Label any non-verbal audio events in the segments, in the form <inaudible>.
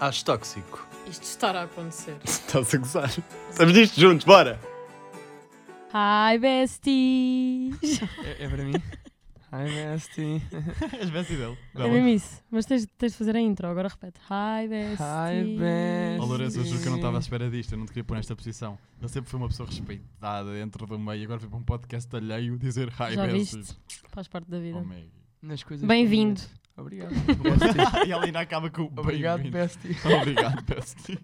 Acho tóxico. Isto estará a acontecer. Estás a gozar? Estamos nisto juntos, bora! Hi, besties! É, é para mim? Hi, bestie. És bestie dele. É mesmo isso. Mas tens, tens de fazer a intro, agora repete. Hi, besties! Hi, besties. Oh, Lourenço, eu juro que eu não estava à espera disto, eu não te queria pôr nesta posição. Eu sempre fui uma pessoa respeitada dentro do meio, agora fui para um podcast alheio dizer hi, Já besties. Faz parte da vida. Oh, man. Nas coisas Bem-vindo. pequenas. Obrigado. bestie. <laughs> e ela ainda acaba com o Obrigado, bem-vindo. bestie. Obrigado, bestie.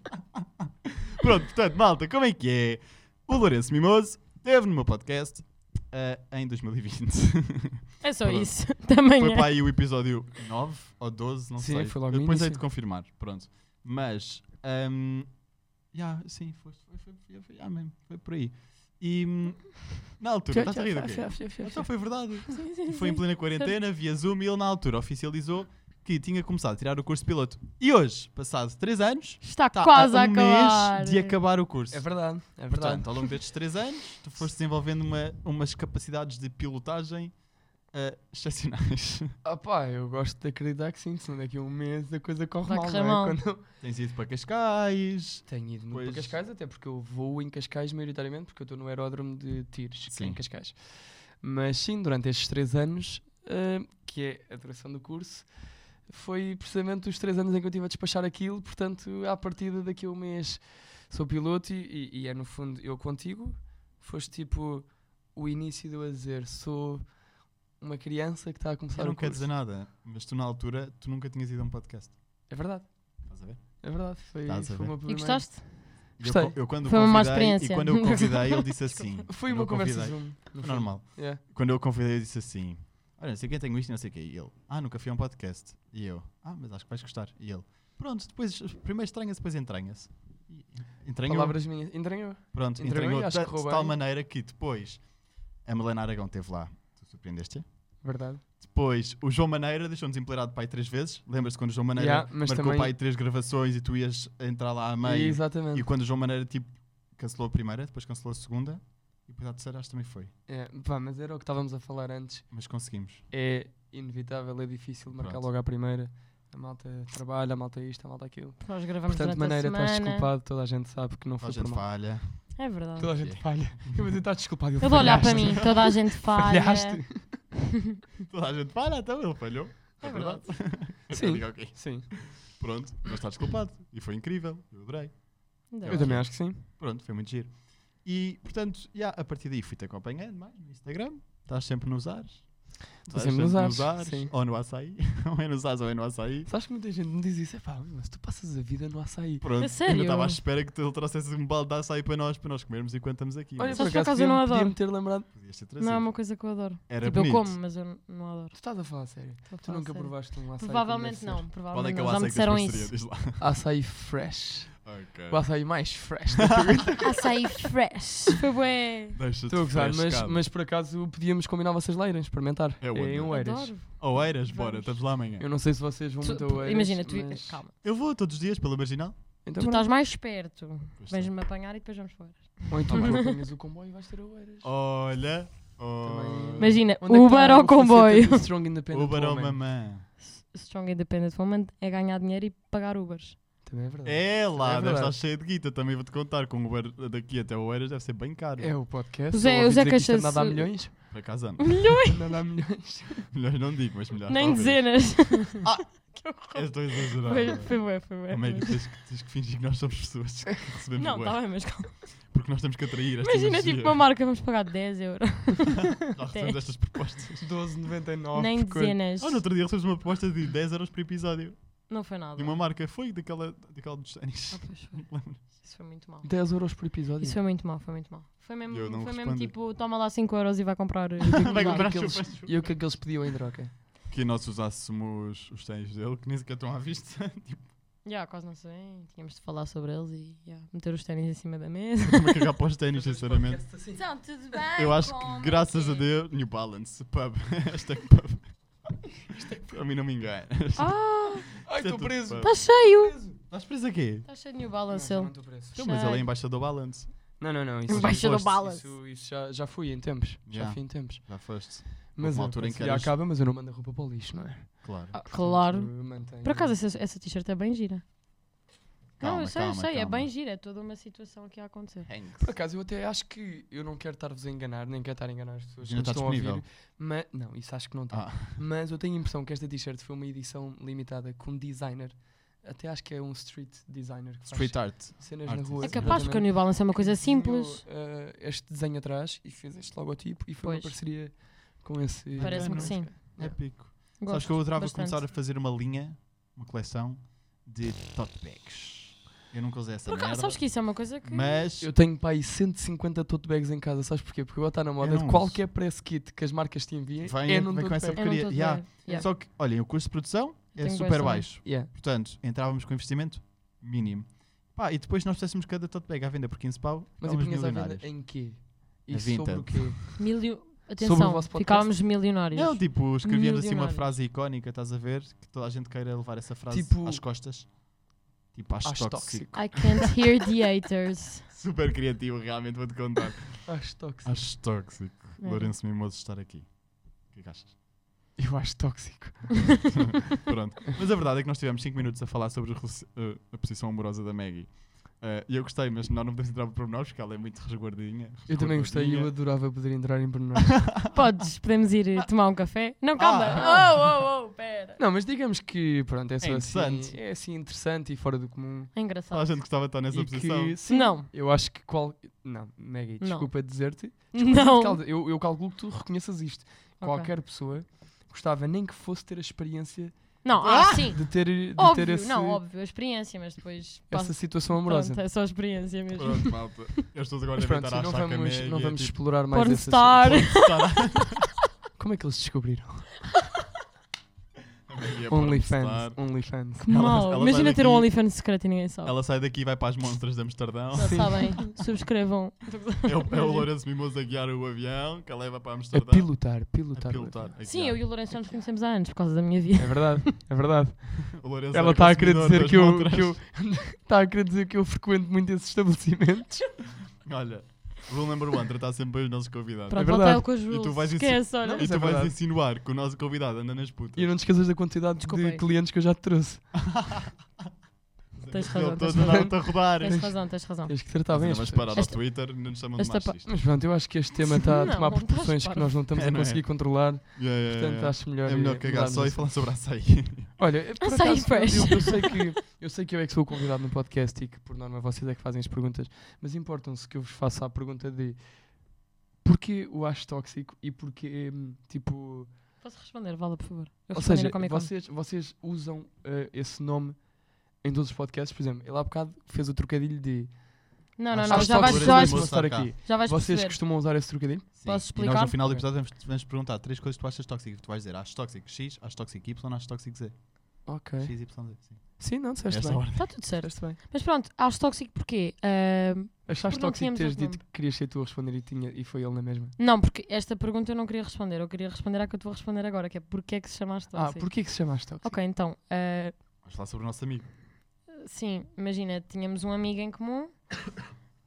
Pronto, portanto, malta, como é que é? O Lourenço Mimoso teve no meu podcast ah, em 2020. <laughs> É só Pronto. isso. <laughs> Também Foi é. para aí o episódio 9 ou 12, não Sim, sei. foi logo no Eu Depois hei início. de confirmar, pronto. Mas, ahm, yeah, sim, foi, foi, foi, foi, foi, ah, mesmo, foi por aí. E hum, na altura, estás a rir do quê? Então foi verdade. <laughs> Sim, sim, E Foi em sim. plena quarentena, via Zoom, e ele na altura oficializou que tinha começado a tirar o curso de piloto. E hoje, passado 3 anos, Está está quase a a um acabar. mês de acabar o curso. É verdade, é verdade. Portanto, ao longo destes 3 anos, tu foste desenvolvendo uma, umas capacidades de pilotagem ah, excepcionais. Ah pá, eu gosto de acreditar que sim, senão daqui a um mês a coisa corre Vai mal, correr não é? mal. Quando- Tens ido para Cascais. Tenho ido muito Pois. para Cascais, até porque eu vou em Cascais maioritariamente, porque eu estou no aeródromo de Tires, que é Sim. em Cascais. Mas sim, durante estes três anos, ah, que é a duração do curso, foi precisamente os três anos em que eu estive a despachar aquilo, portanto, à partida daqui a um mês sou piloto e, e- e é no fundo eu contigo. Foste tipo o início de eu a dizer, sou uma criança que está a começar Eu não o curso. quero dizer nada, mas tu na altura, tu nunca tinhas ido a um podcast. É verdade, Estás a ver? é verdade. Foi, Estás a foi ver. uma E primeira- gostaste? E eu Gostei. co- Eu, quando o Foi uma má convidei- experiência. E quando eu o convidei, <laughs> ele disse assim. Foi eu uma não conversa convidei. Zoom. no Foi fundo. normal. Yeah. Quando eu o convidei, eu disse assim: Olha, não sei quem tenho isto, e não sei o quê. E ele: Ah, nunca fui a um podcast. E eu: Ah, mas acho que vais gostar. E ele: Pronto, depois, primeiro estranha-se, depois entranha-se. E- Entranhou. Palavras minhas. um, Entranhou. Pronto, entranhou entranhou e de, acho que de correu tal bem. maneira que depois a Melena Aragão esteve lá. Tu surpreendeste-a? Verdade. Depois, o João Maneira deixou-nos emplorado pai três vezes. Lembras-te quando o João Maneira Yeah, mas marcou também- pai três gravações e tu ias entrar lá à meio? Exatamente. E quando o João Maneira tipo, cancelou a primeira, depois cancelou a segunda e depois a terceira acho que também foi. É, pá, mas era o que estávamos a falar antes. Mas conseguimos. É inevitável, é difícil marcar Pronto. logo à primeira. A malta trabalha, a malta é isto, a malta aquilo. Nós gravamos durante Portanto, a maneira, semana. estás desculpado, toda a gente sabe que não Toda foi a por gente mal. falha. <laughs> É verdade. Toda a Ok. gente <laughs> falha. Eu vou dizer, estás desculpado. Eu vou olhar para mim, toda a gente falha. <laughs> Falhaste. Toda a gente falha, então ele falhou. É verdade. Sim. Eu digo, ok, Sim, Tá Pronto, mas está desculpado. E foi incrível. Eu adorei. Ainda eu bem. também acho que sim. Pronto, foi muito giro. E, portanto, já, a partir daí fui-te acompanhando mais no Instagram. Estás sempre nos ares. Estás sempre nos ares, ares, sim. Ou no açaí. <laughs> ou é nos ares ou é no açaí. Sabes que muita gente me diz isso, é pá, mas tu passas a vida no açaí. Pronto, A É sério? eu estava à espera que tu trouxesses um balde de açaí para nós, para nós comermos enquanto estamos aqui. Olha, mas Sabes que por por acaso acaso eu não deviam- adoro. deviam-me ter lembrado. podias ter Não é trazido. uma coisa que eu adoro. Era tipo, bonito. eu como, mas eu n- não adoro. Tu estás a falar a sério. Estou a Tu falar nunca sério. provavelmente é um açaí. como deve Ah, Provavelmente ser. não, Qual é provavelmente que é o não. Já me açaí que disseram tens parceria? isso. Diz lá. <laughs> Açaí fresh. Ok. O açaí mais <laughs> fresh. <laughs> Açaí fresh. <laughs> Foi bué. Deixa-te Estou a gozar, mas, frescado. mas por acaso podíamos combinar vocês lá irem experimentar. É É onde? em um Oeiras. Adoro. Oeiras, Oh, bora, Vamos. estamos lá amanhã. Eu não sei se vocês vão muito a Tu, Oeiras. imagina, tu, mas- calma. Eu vou todos os dias pela marginal. tá. Então, Tu pronto. estás mais perto. Vais-me apanhar e depois vamos fora. é Ou <laughs> então tu apanhas o comboio e vais ter a Oeiras. Oh. Olha. olha. Mas Imagina, Onde é que Uber está ou o faceta <laughs> comboio. do Strong Independent Uber ou Woman? mamã. Strong Independent Woman é ganhar dinheiro e pagar Ubers. Também é verdade. É lá, É deve estar verdade. cheio de guita. Também vou-te contar, com o Uber daqui até Oeiras deve ser bem caro. É o podcast. O Zé- eu ouvi o Zé dizer que isto Cachas- anda <laughs> a dar milhões. Para <laughs> casa <laughs> não. Milhões! Anda a dar milhões. <laughs> Melhor não digo, mas melhor. Nem né? dezenas. Ah! que horror. Estou a exagerar. Foi, foi bué, foi bué. Amigo, foi bué. tens, é que- tens que fingir que nós somos pessoas que recebemos Não, não, está bem, mas calma. Porque nós temos que atrair esta Imagina energia. tipo uma marca, vamos pagar 10 euros. <laughs> Já recebemos estas propostas. 12,99. Nem por coisa. dezenas. Oh, Ah, tá- no outro dia recebemos uma proposta de 10 euros por episódio. Não foi nada. E uma marca foi daquela, daquela dos ténis. Ah, pois foi. Não me lembro. Isso foi muito mal. 10 euros por episódio. Isso é foi muito mal, foi muito mal. Foi mesmo, Hum. Eu não foi mesmo respondo. tipo, toma lá 5 euros e vai comprar. <laughs> eh, Vai E o que é comprar que eles- chupas. E o que é que eles pediam em troca? <laughs> Que nós usássemos os ténis dele, que nem sequer estão à vista. <laughs> Tipo, Já, quase não sei. Tínhamos de falar sobre eles e já, meter os ténis em cima da mesa. estou-me a cagar para os ténis, sinceramente. <laughs> Então, tudo bem. Eu acho que, graças a Deus, New Balance, pub. <laughs> Hashtag pub. Para mim não me engana. Ah, Ai, Isto é estou tudo preso. pub. está cheio. Estás preso aqui? Está cheio de New Balance. ele. estou preso. Então, mas ele é embaixador Balance. Não, não, não. Isso Embaixador já foste, Ballas. Isso, isso já, já fui em tempos. Yeah. Já fui em tempos. Já foste. Mas uma eu- altura em esse que dia eras- acaba, mas eu não mando a roupa para o lixo, não é? Ah, Claro. claro. Portanto, eu mantenho- Por acaso, essa, essa t-shirt é bem gira. Calma, não, eu sei, calma, eu sei, é calma. bem giro, é toda uma situação aqui a acontecer. Por acaso, eu até acho que eu não quero estar-vos a enganar, nem quero estar a enganar as pessoas que Ainda nos está estão a ouvir. disponível? Mas, não, isso acho que não está. Ah, <laughs> Mas eu tenho a impressão que esta t-shirt foi uma edição limitada com designer. Até acho que é um street designer que street faz art. cenas artist. na rua. É capaz porque o exatamente. New Balance é uma coisa Que desenhou, simples. eh, este desenho atrás e fez este logotipo e foi uma Pois. parceria com esse. Parece-me não. que sim. É Yeah. pico. Sabes Gosto que eu adorava bastante. começar a fazer uma linha, uma coleção de tote bags. Eu nunca usei essa Por acaso, merda, sabes que isso é uma coisa que. mas Eu tenho para aí 150 tote bags em casa, sabes porquê? Porque agora está na moda não de uso. qualquer press kit que as marcas te enviem É Vem- é num vem com tote essa bag. é num queria- todo yeah. bem. Yeah. só que, olhem, o custo de produção é Tenho super coleção. baixo. Yeah. Portanto, entrávamos com investimento mínimo. Pá, e depois nós fizéssemos cada tote bag à venda por 15 pau, Mas e estávamos punhas à venda milionários. em quê? Na E sobre Vinted. o quê? Milio... Sobre o Atenção, vosso podcast? ficávamos milionários. Não, tipo, escrevíamos assim uma Milionários. frase icónica, estás a ver? Que toda a gente queira levar essa frase Tipo- às costas. Tipo, acho, Acho tóxico. tóxico. I can't hear the <laughs> haters. <laughs> Super criativo, realmente, vou-te contar. Acho tóxico. acho tóxico. É. Lourenço Mimoso estar aqui. O que é que achas? Eu acho tóxico. Pronto. Mas a verdade é que nós tivemos 5 minutos a falar sobre a rela- eh, a posição amorosa da Maggie. Eh, E eu gostei, mas nós não podemos entrar por nós porque ela é muito resguardinha. Eu também gostei e eu resguardinha. adorava poder entrar em pormenor. <laughs> Podes, podemos ir Ah. eh, tomar um café? Não, calma. Ah. Oh, oh, oh, pera. Não, mas digamos que, pronto, é só interessante. assim. É assim interessante e fora do comum. É Toda a engraçado. gente gostava de estar nessa e posição. que, Ah, sim, Não, Eu acho que qual. Não, Maggie, Não. desculpa dizer-te. não. Calda, Eu, eu calculo que tu reconheças isto. Qualquer pessoa gostava nem que fosse ter a experiência Não, ah, sim. de ter, de Óbvio, ter esse- não, óbvio, a experiência, mas depois essa passa. situação amorosa. Pronto, é só a experiência mesmo. Pronto, malta. Eu estou agora Mas a pronto, inventar sim, a não achar que a vamos, Maggie não é vamos tipo- explorar mais esse Pornstar. <laughs> <laughs> assunto. Como é que eles descobriram? A Maggie é pornstar. OnlyFans. OnlyFans. Que Ela- mal. ela Imagina sai ter um daqui- OnlyFans secreto e ninguém sabe. Ela sai daqui e vai para as monstras de Amsterdão. Já Sim. sabem, <laughs> subscrevam. É o, é o Lourenço Mimoso a guiar o avião que a leva para A Amsterdão. É pilotar, pilotar. A É pilotar. a Sim, eu guiar. e o Lourenço já nos conhecemos há anos por causa da minha vida. É verdade, é verdade. O Lourenço Ela era está a querer consumidor dizer das que eu, montras. que eu <laughs> está a querer dizer que eu frequento muito <laughs> esses estabelecimentos. Olha, rule number one, tratar sempre bem os nossos convidados. Pronto, É verdade. hotel com os tu vais rules. em- Esquece, olha. Não, E Mas tu é vais verdade. insinuar que o nosso convidado anda nas putas. E não te esqueças da quantidade de Desculpem. clientes que eu já te trouxe. Tens razão, Ele tens todo andava razão. a rodar. Tens razão, tens razão. Tens que tratar bem as Mas pessoas. parar ao Esta- Twitter, não nos chamam de esta pa- machistas. Mas pronto, eu acho que este tema está a Não, tomar não estás proporções que parvo. nós não estamos É, a não é? conseguir controlar. Yeah, yeah, Portanto, yeah. acho melhor. É melhor eh, cagar só e mudarmos falar sobre a açaí. isso. Olha, por Açaí acaso, fresh. eu, eu sei que, eu sei que eu é que sou o convidado no podcast e que, por norma, vocês é que fazem as perguntas, mas importam-se que eu vos faça a pergunta de porquê o acho tóxico e porquê, hum, tipo. Posso responder, Vala, por favor? Eu é Ou respondi seja, no Comic Con. vocês, vocês usam eh, esse nome em todos os podcasts, por exemplo, ele há bocado fez o trocadilho de. Não, não, Acho não, que já vais, talvez já vais, mesmo- vou estar aqui. já vais Vocês perceber. costumam usar esse trocadilho? Sim. Posso E nós explicar? no final do Ok. episódio vamos, vamos perguntar três coisas que tu achas tóxicas. Tu vais dizer acho tóxico X, acho tóxico Y, acho tóxico Z. Ok. X, Y, Z. Sim. Sim, não, disseste Esta bem. ordem. Está tudo certo. Disseste bem. Mas pronto, aos tóxico porquê? Ahm, Achaste Porque não tóxico tínhamos teres outro dito que querias ser tu a responder e, tinha, e foi ele na mesma? não, porque esta pergunta eu não queria responder. Eu queria responder à que eu te vou responder agora, que é porquê é que se chamaste Ah, tóxico? porquê que se chamaste tóxico? Ok, então, ah, Vamos falar sobre o nosso amigo. Sim, imagina, tínhamos um amigo em comum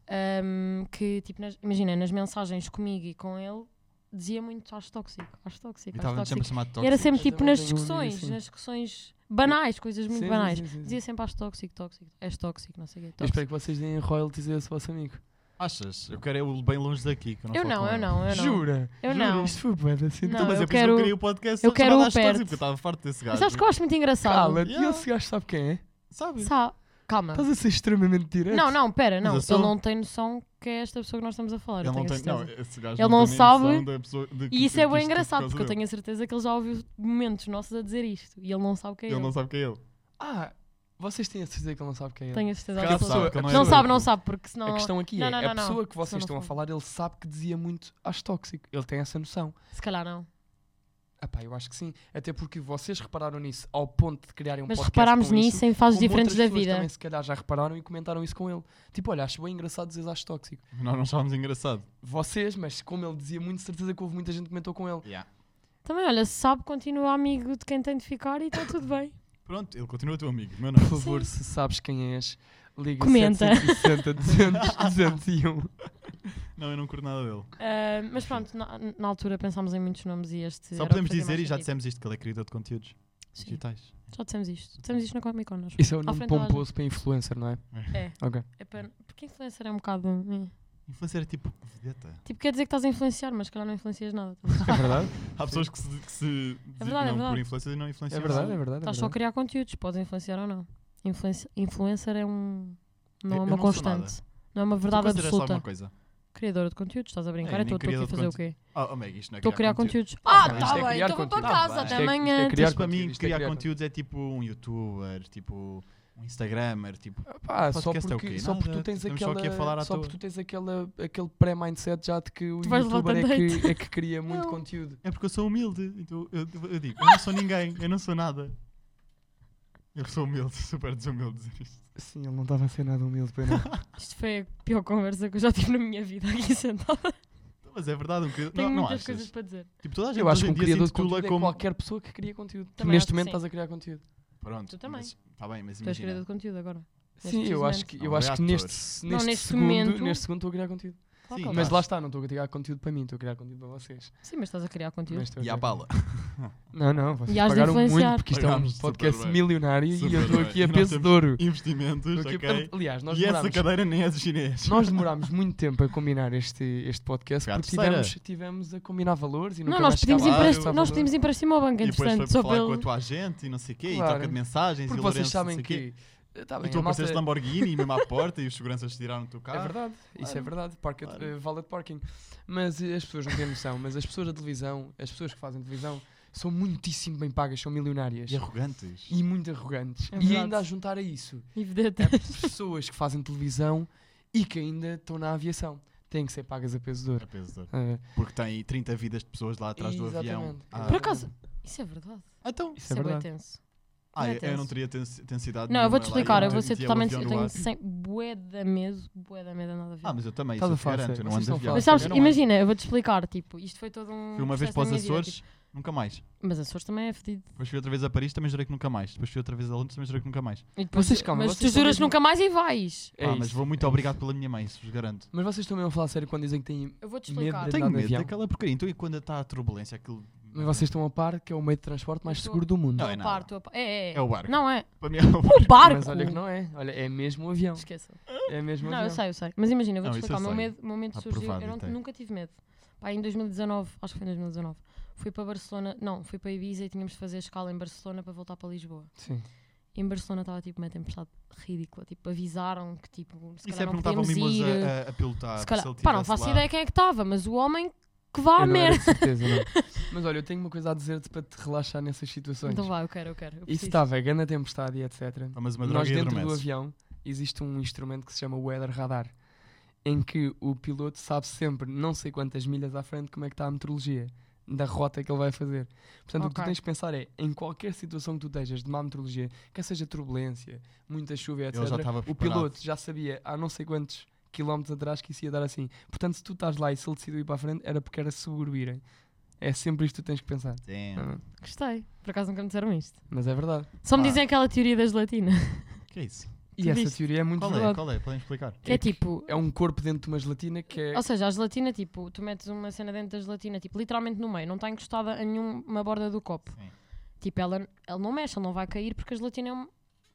ahm, que, tipo, nas- imagina, nas mensagens comigo e com ele, dizia muito acho tóxico, acho E tóxico, acho estava sempre tóxico. chamado E tóxico. era sempre Eu tipo também nas tenho um amigo discussões, assim. nas discussões banais, coisas muito Sim, sim, banais. sim, sim, sim. Dizia sempre acho tóxico, tóxico, és tóxico, não sei o quê. Eu Tóxico. espero que vocês deem royalties a esse vosso amigo. Achas? Eu quero é bem longe daqui. Que eu não, Eu falo não, com eu ele. não, eu não. Jura? Eu Jura? não. Isto foi bué de assim. Não, Então, mas eu é por isso que eu quero- queria o podcast. eu só quero chamado o Acho Tóxico, perto. porque Eu estava farto desse gajo. Mas sabes que eu acho muito engraçado? é Cala-te, e Yeah. esse gajo sabe quem é? Sabe? Sa- Calma. Estás a ser extremamente direto. Ah. Não, não, pera, não. eu sou- Ele não tem noção que é esta pessoa que nós estamos a falar. Ele eu não tenho a tem, não, certeza. esse gajo Ele não não tem nem sabe. noção da pessoa- de E que- isso que é bem isto é por engraçado, causa porque eu dele. tenho a certeza que ele já ouviu momentos nossos a dizer isto e ele não sabe o que é. Ele não sabe quem é ele. Ah, vocês têm a certeza que ele não sabe quem é? Tenho a certeza Porque a absoluta. pessoa- que ele não é Não do sabe, grupo. não sabe, porque senão. assim. A questão aqui Não, é, não, a não, não. pessoa que Senão vocês estão não a falo. falar, ele sabe que dizia muito acho tóxico. Ele tem essa noção. Se calhar é não. Ah pá, eu acho que sim. Até porque vocês repararam nisso ao ponto de criarem um Mas podcast reparámos com isso. nisso em fases como diferentes outras da pessoas vida. também se calhar já repararam e comentaram isso com ele. Tipo, olha, acho bem engraçado dizer acho tóxico. Nós não achávamos engraçado. Vocês, mas como ele dizia, muito certeza que houve muita gente que comentou com ele. Também, olha, se sabe, continua amigo de quem tem de ficar e está tudo bem. Pronto, ele continua teu amigo. <laughs> Meu Por nome. favor, se sabes quem és, liga Comenta. <laughs> 760 200 201. Não, eu não curto nada dele. <laughs> Ah, mas pronto, na, na altura pensámos em muitos nomes e este. Só era o que podemos fazia dizer, mais e já sentido. dissemos isto, que ele é criador de conteúdos. Sim, digitais. já dissemos isto. Dissemos isto na Comic Con, nós. Isso é o À nome frente da pomposo para influencer, não é? É. Ok. É para... Porque influencer é um bocado. eh. Influencer é tipo vedeta. Tipo, quer dizer que estás a influenciar, mas se calhar não influencias nada. <laughs> É verdade? Há pessoas que se, que se designam por verdade. influencers e não É influenciam. verdade, nada. é verdade. é Estás Tá só a verdade. criar conteúdos, podes influenciar ou não. Influenci- influencer é um. Não é Eu- eu uma não sou nada. constante. Não é uma Tu verdade consideras alguma absoluta. coisa? Criadora de conteúdos, estás a brincar? É, então nem estou aqui a criador de fazer o quê? Oh, oh Meg, isto não é Estou a criar conteúdos. Ah, Ah, bem, tá isto é bem, criar então vou para conteúdo. casa, Tá até bem. Isto amanhã. é- isto é Criar criar para mim, conteúdo, isto é criar criar conteúdos é tipo um youtuber, tipo um instagramer, tipo... Pá, só Podcast é o porque, quê? só porque Nada, tu tens estamos só aqui a aquela. falar à só toa. porque tu tens aquela, aquele pré-mindset já de que o Tu vais levar youtuber é tanto que, é que cria muito Não. conteúdo. É porque eu sou humilde, então eu, eu digo, eu não sou ninguém, eu não sou nada. Eu sou humilde, <laughs> super desumilde dizer isto. Sim, ele não estava a ser nada humilde para <laughs> não. Isto foi a pior conversa que eu já tive na minha vida aqui sentada. Mas é verdade, um criador... Tenho Não, não muitas achas? coisas para dizer. Tipo, toda a gente Eu acho que hoje um em dia criador de se intitula conteúdo é como... qualquer pessoa que cria conteúdo. Tu Também acho neste que momento sim. estás a criar conteúdo. Pronto, Tu também. Está bem, mas Tu és criador imagina. de conteúdo agora. Sim, Neste eu acho momento. que, Não, eu é acho que ator. neste, Não, neste, neste segundo, momento- neste segundo estou a criar conteúdo. Claro, Sim, claro. Mas acho. lá está, não estou a criar conteúdo para mim, estou a criar conteúdo para vocês. Sim, mas estás a criar conteúdo. Mas estou a E à criar- bala. <laughs> Não, não, vocês E has de pagaram muito influenciar. porque isto é um Pagámos super podcast bem. milionário e Super eu estou bem. aqui a Nós peso temos- de ouro. Investimentos, Estou aqui a- ok? Aliás, nós E essa demorámos, cadeira nem é de chinês. nós demorámos muito tempo a combinar este, este podcast Foi à porque terceira. tivemos, tivemos a combinar valores e Não, nunca nós mais pedimos, chegámos a empréstimos- empréstimo, nós conversar valores. pedimos empréstimo ao banco, E depois foi entretanto, para só falar com <laughs> a pelo. tua agente e não sei o quê, Claro. e troca de mensagens Porque e vocês Lourenço, sabem não sei o quê. que. eh, Tá E bem, tu a malta- apareceste um de Lamborghini mesmo à porta e os seguranças tiraram o teu É carro. verdade, isso é Claro. verdade. Park, Claro. eh, valet parking. Mas eh, as pessoas não têm noção, mas as pessoas da televisão, as pessoas que fazem televisão, são muitíssimo bem pagas, são milionárias. E arrogantes. E muito arrogantes. É e verdade. ainda a juntar a isso, E vedeta. há pessoas que fazem televisão e que ainda estão na aviação. Têm que ser pagas a peso de ouro. É peso de ouro. Ah, Porque tem 30 vidas de pessoas lá atrás do avião. Exatamente. Ah, Por acaso, isso é verdade. Então, Isso Isso é é bem verdade. tenso. ah, Não é eu, eu não tenso. teria tens- tensidade. Não, eu vou-te nenhuma é lá, um explicar, eu vou metia ser o totalmente. avião Eu no tenho ar. sem bué da medo, bué da medo a nada a ver. Ah, mas eu também, Estás isso eu a falar te garanto, sério, eu não vocês ando de estão a avião. falar Mas sabes, Eu não ando. imagina, eu vou-te explicar, tipo, isto foi todo um. Fui uma vez para processo os da minha vida, Açores, nunca mais. tipo, mas Açores também é fedido. Depois fui outra vez a Paris, também jurei que nunca mais. Depois fui outra vez a Londres, também jurei que nunca mais. E depois- Vocês, calma, mas vocês tu são juras mesmo- nunca mais e vais. é ah, mas isso, vou muito é obrigado isso. pela minha mãe, isso vos garanto. Mas vocês estão mesmo a falar sério quando dizem que têm. Eu vou-te Medo explicar. de- Tenho nada medo avião. daquela porcaria. Então, e quando está a turbulência, aquilo. Mas vocês estão a par que é o meio de transporte mais Eu tô- seguro do mundo. Não, é Tua nada. parte, tua pa- É, é, É o barco. Não é. Para mim é o O barco! Mas olha que não é. Olha, é mesmo um avião. Esqueça. É mesmo um Não, avião. eu sei, eu sei. Mas imagina, eu vou-te Não, isso explicar. O meu eu sei. medo, o meu medo Está surgiu. provado, Eu não- até. nunca tive medo. Pá, em 2019, acho que foi em 2019, fui para Barcelona. Não, fui para Ibiza e tínhamos de fazer escala em Barcelona para voltar para Lisboa. Sim. Em Barcelona estava tipo uma tempestade ridícula. Tipo, avisaram que tipo. Se Isso é calhar porque não estava o podíamos Mimoso ir. a, a- a pilotar. se porque calhar. se ele Pá, não tivesse faço lá- ideia quem é que estava, mas o homem que vá à eu não era Ah, merda. de certeza, não. Mas olha, eu tenho uma coisa a dizer-te para te relaxar nessas situações. Então vai, eu quero, eu quero. eu Isso tá. preciso. estava, grande tempestade e etc. Ah, Mas uma Nós droga e dentro do adormece. avião existe um instrumento que se chama Weather Radar, em que o piloto sabe sempre, não sei quantas milhas à frente, como é que está a meteorologia da rota que ele vai fazer. Portanto, o que tu Ok. tens de pensar é, em qualquer situação que tu estejas de má meteorologia, quer seja turbulência, muita chuva, etc., Ele já estava o preparado. piloto já sabia há não sei quantos quilómetros atrás que isso ia dar assim. Portanto, se tu estás lá e se ele decidiu ir para a frente, era porque era seguro irem. É sempre isto que tu tens que pensar. Damn. Gostei. Por acaso nunca me disseram isto. Mas é verdade. Só me Ah. dizem aquela teoria da gelatina. Que é isso? E Tu essa viste? teoria é muito Qual verdade. é? Qual é? Podem explicar? Que é tipo. É um corpo dentro de uma gelatina que é. Ou seja, a gelatina, tipo, tu metes uma cena dentro da gelatina, tipo, literalmente no meio, não está encostada a nenhuma borda do copo. Sim. Tipo, ela, ela não mexe, ela não vai cair porque a gelatina é um.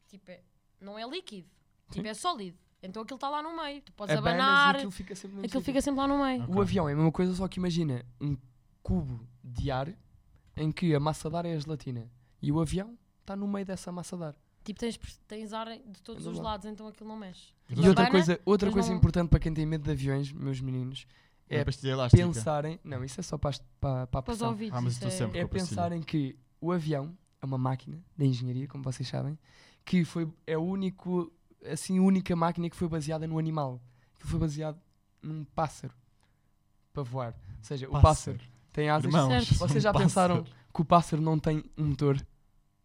Tipo, é- não é líquido. Tipo, Sim. é sólido. Então aquilo está lá no meio. Tu podes abanas É e abanar, aquilo aquilo, fica sempre no sítio. fica sempre lá no meio. Ok. O avião é a mesma coisa, só que imagina um cubo de ar em que a massa de ar é a gelatina e o avião está no meio dessa massa de ar. Tipo, tens, tens ar de todos Anda os lá. lados, então aquilo não mexe. E E outra abana, coisa, outra mas coisa não- importante para quem tem medo de aviões, meus meninos, É é a pastilha elástica. pensarem. Não, isso é só para, as- para, para a Para os pressão. ouvidos. Ah, mas isso eu estou é- sempre- É Com a pastilha. pensarem que o avião é uma máquina da engenharia, como vocês sabem, que foi, é o único, assim, a única máquina que foi baseada no animal, que foi baseado num pássaro para voar. Ou seja, o pássaro tem asas. Irmãos, Certo. <laughs> sou Vocês um já pensaram pássaro. que o pássaro não tem um motor,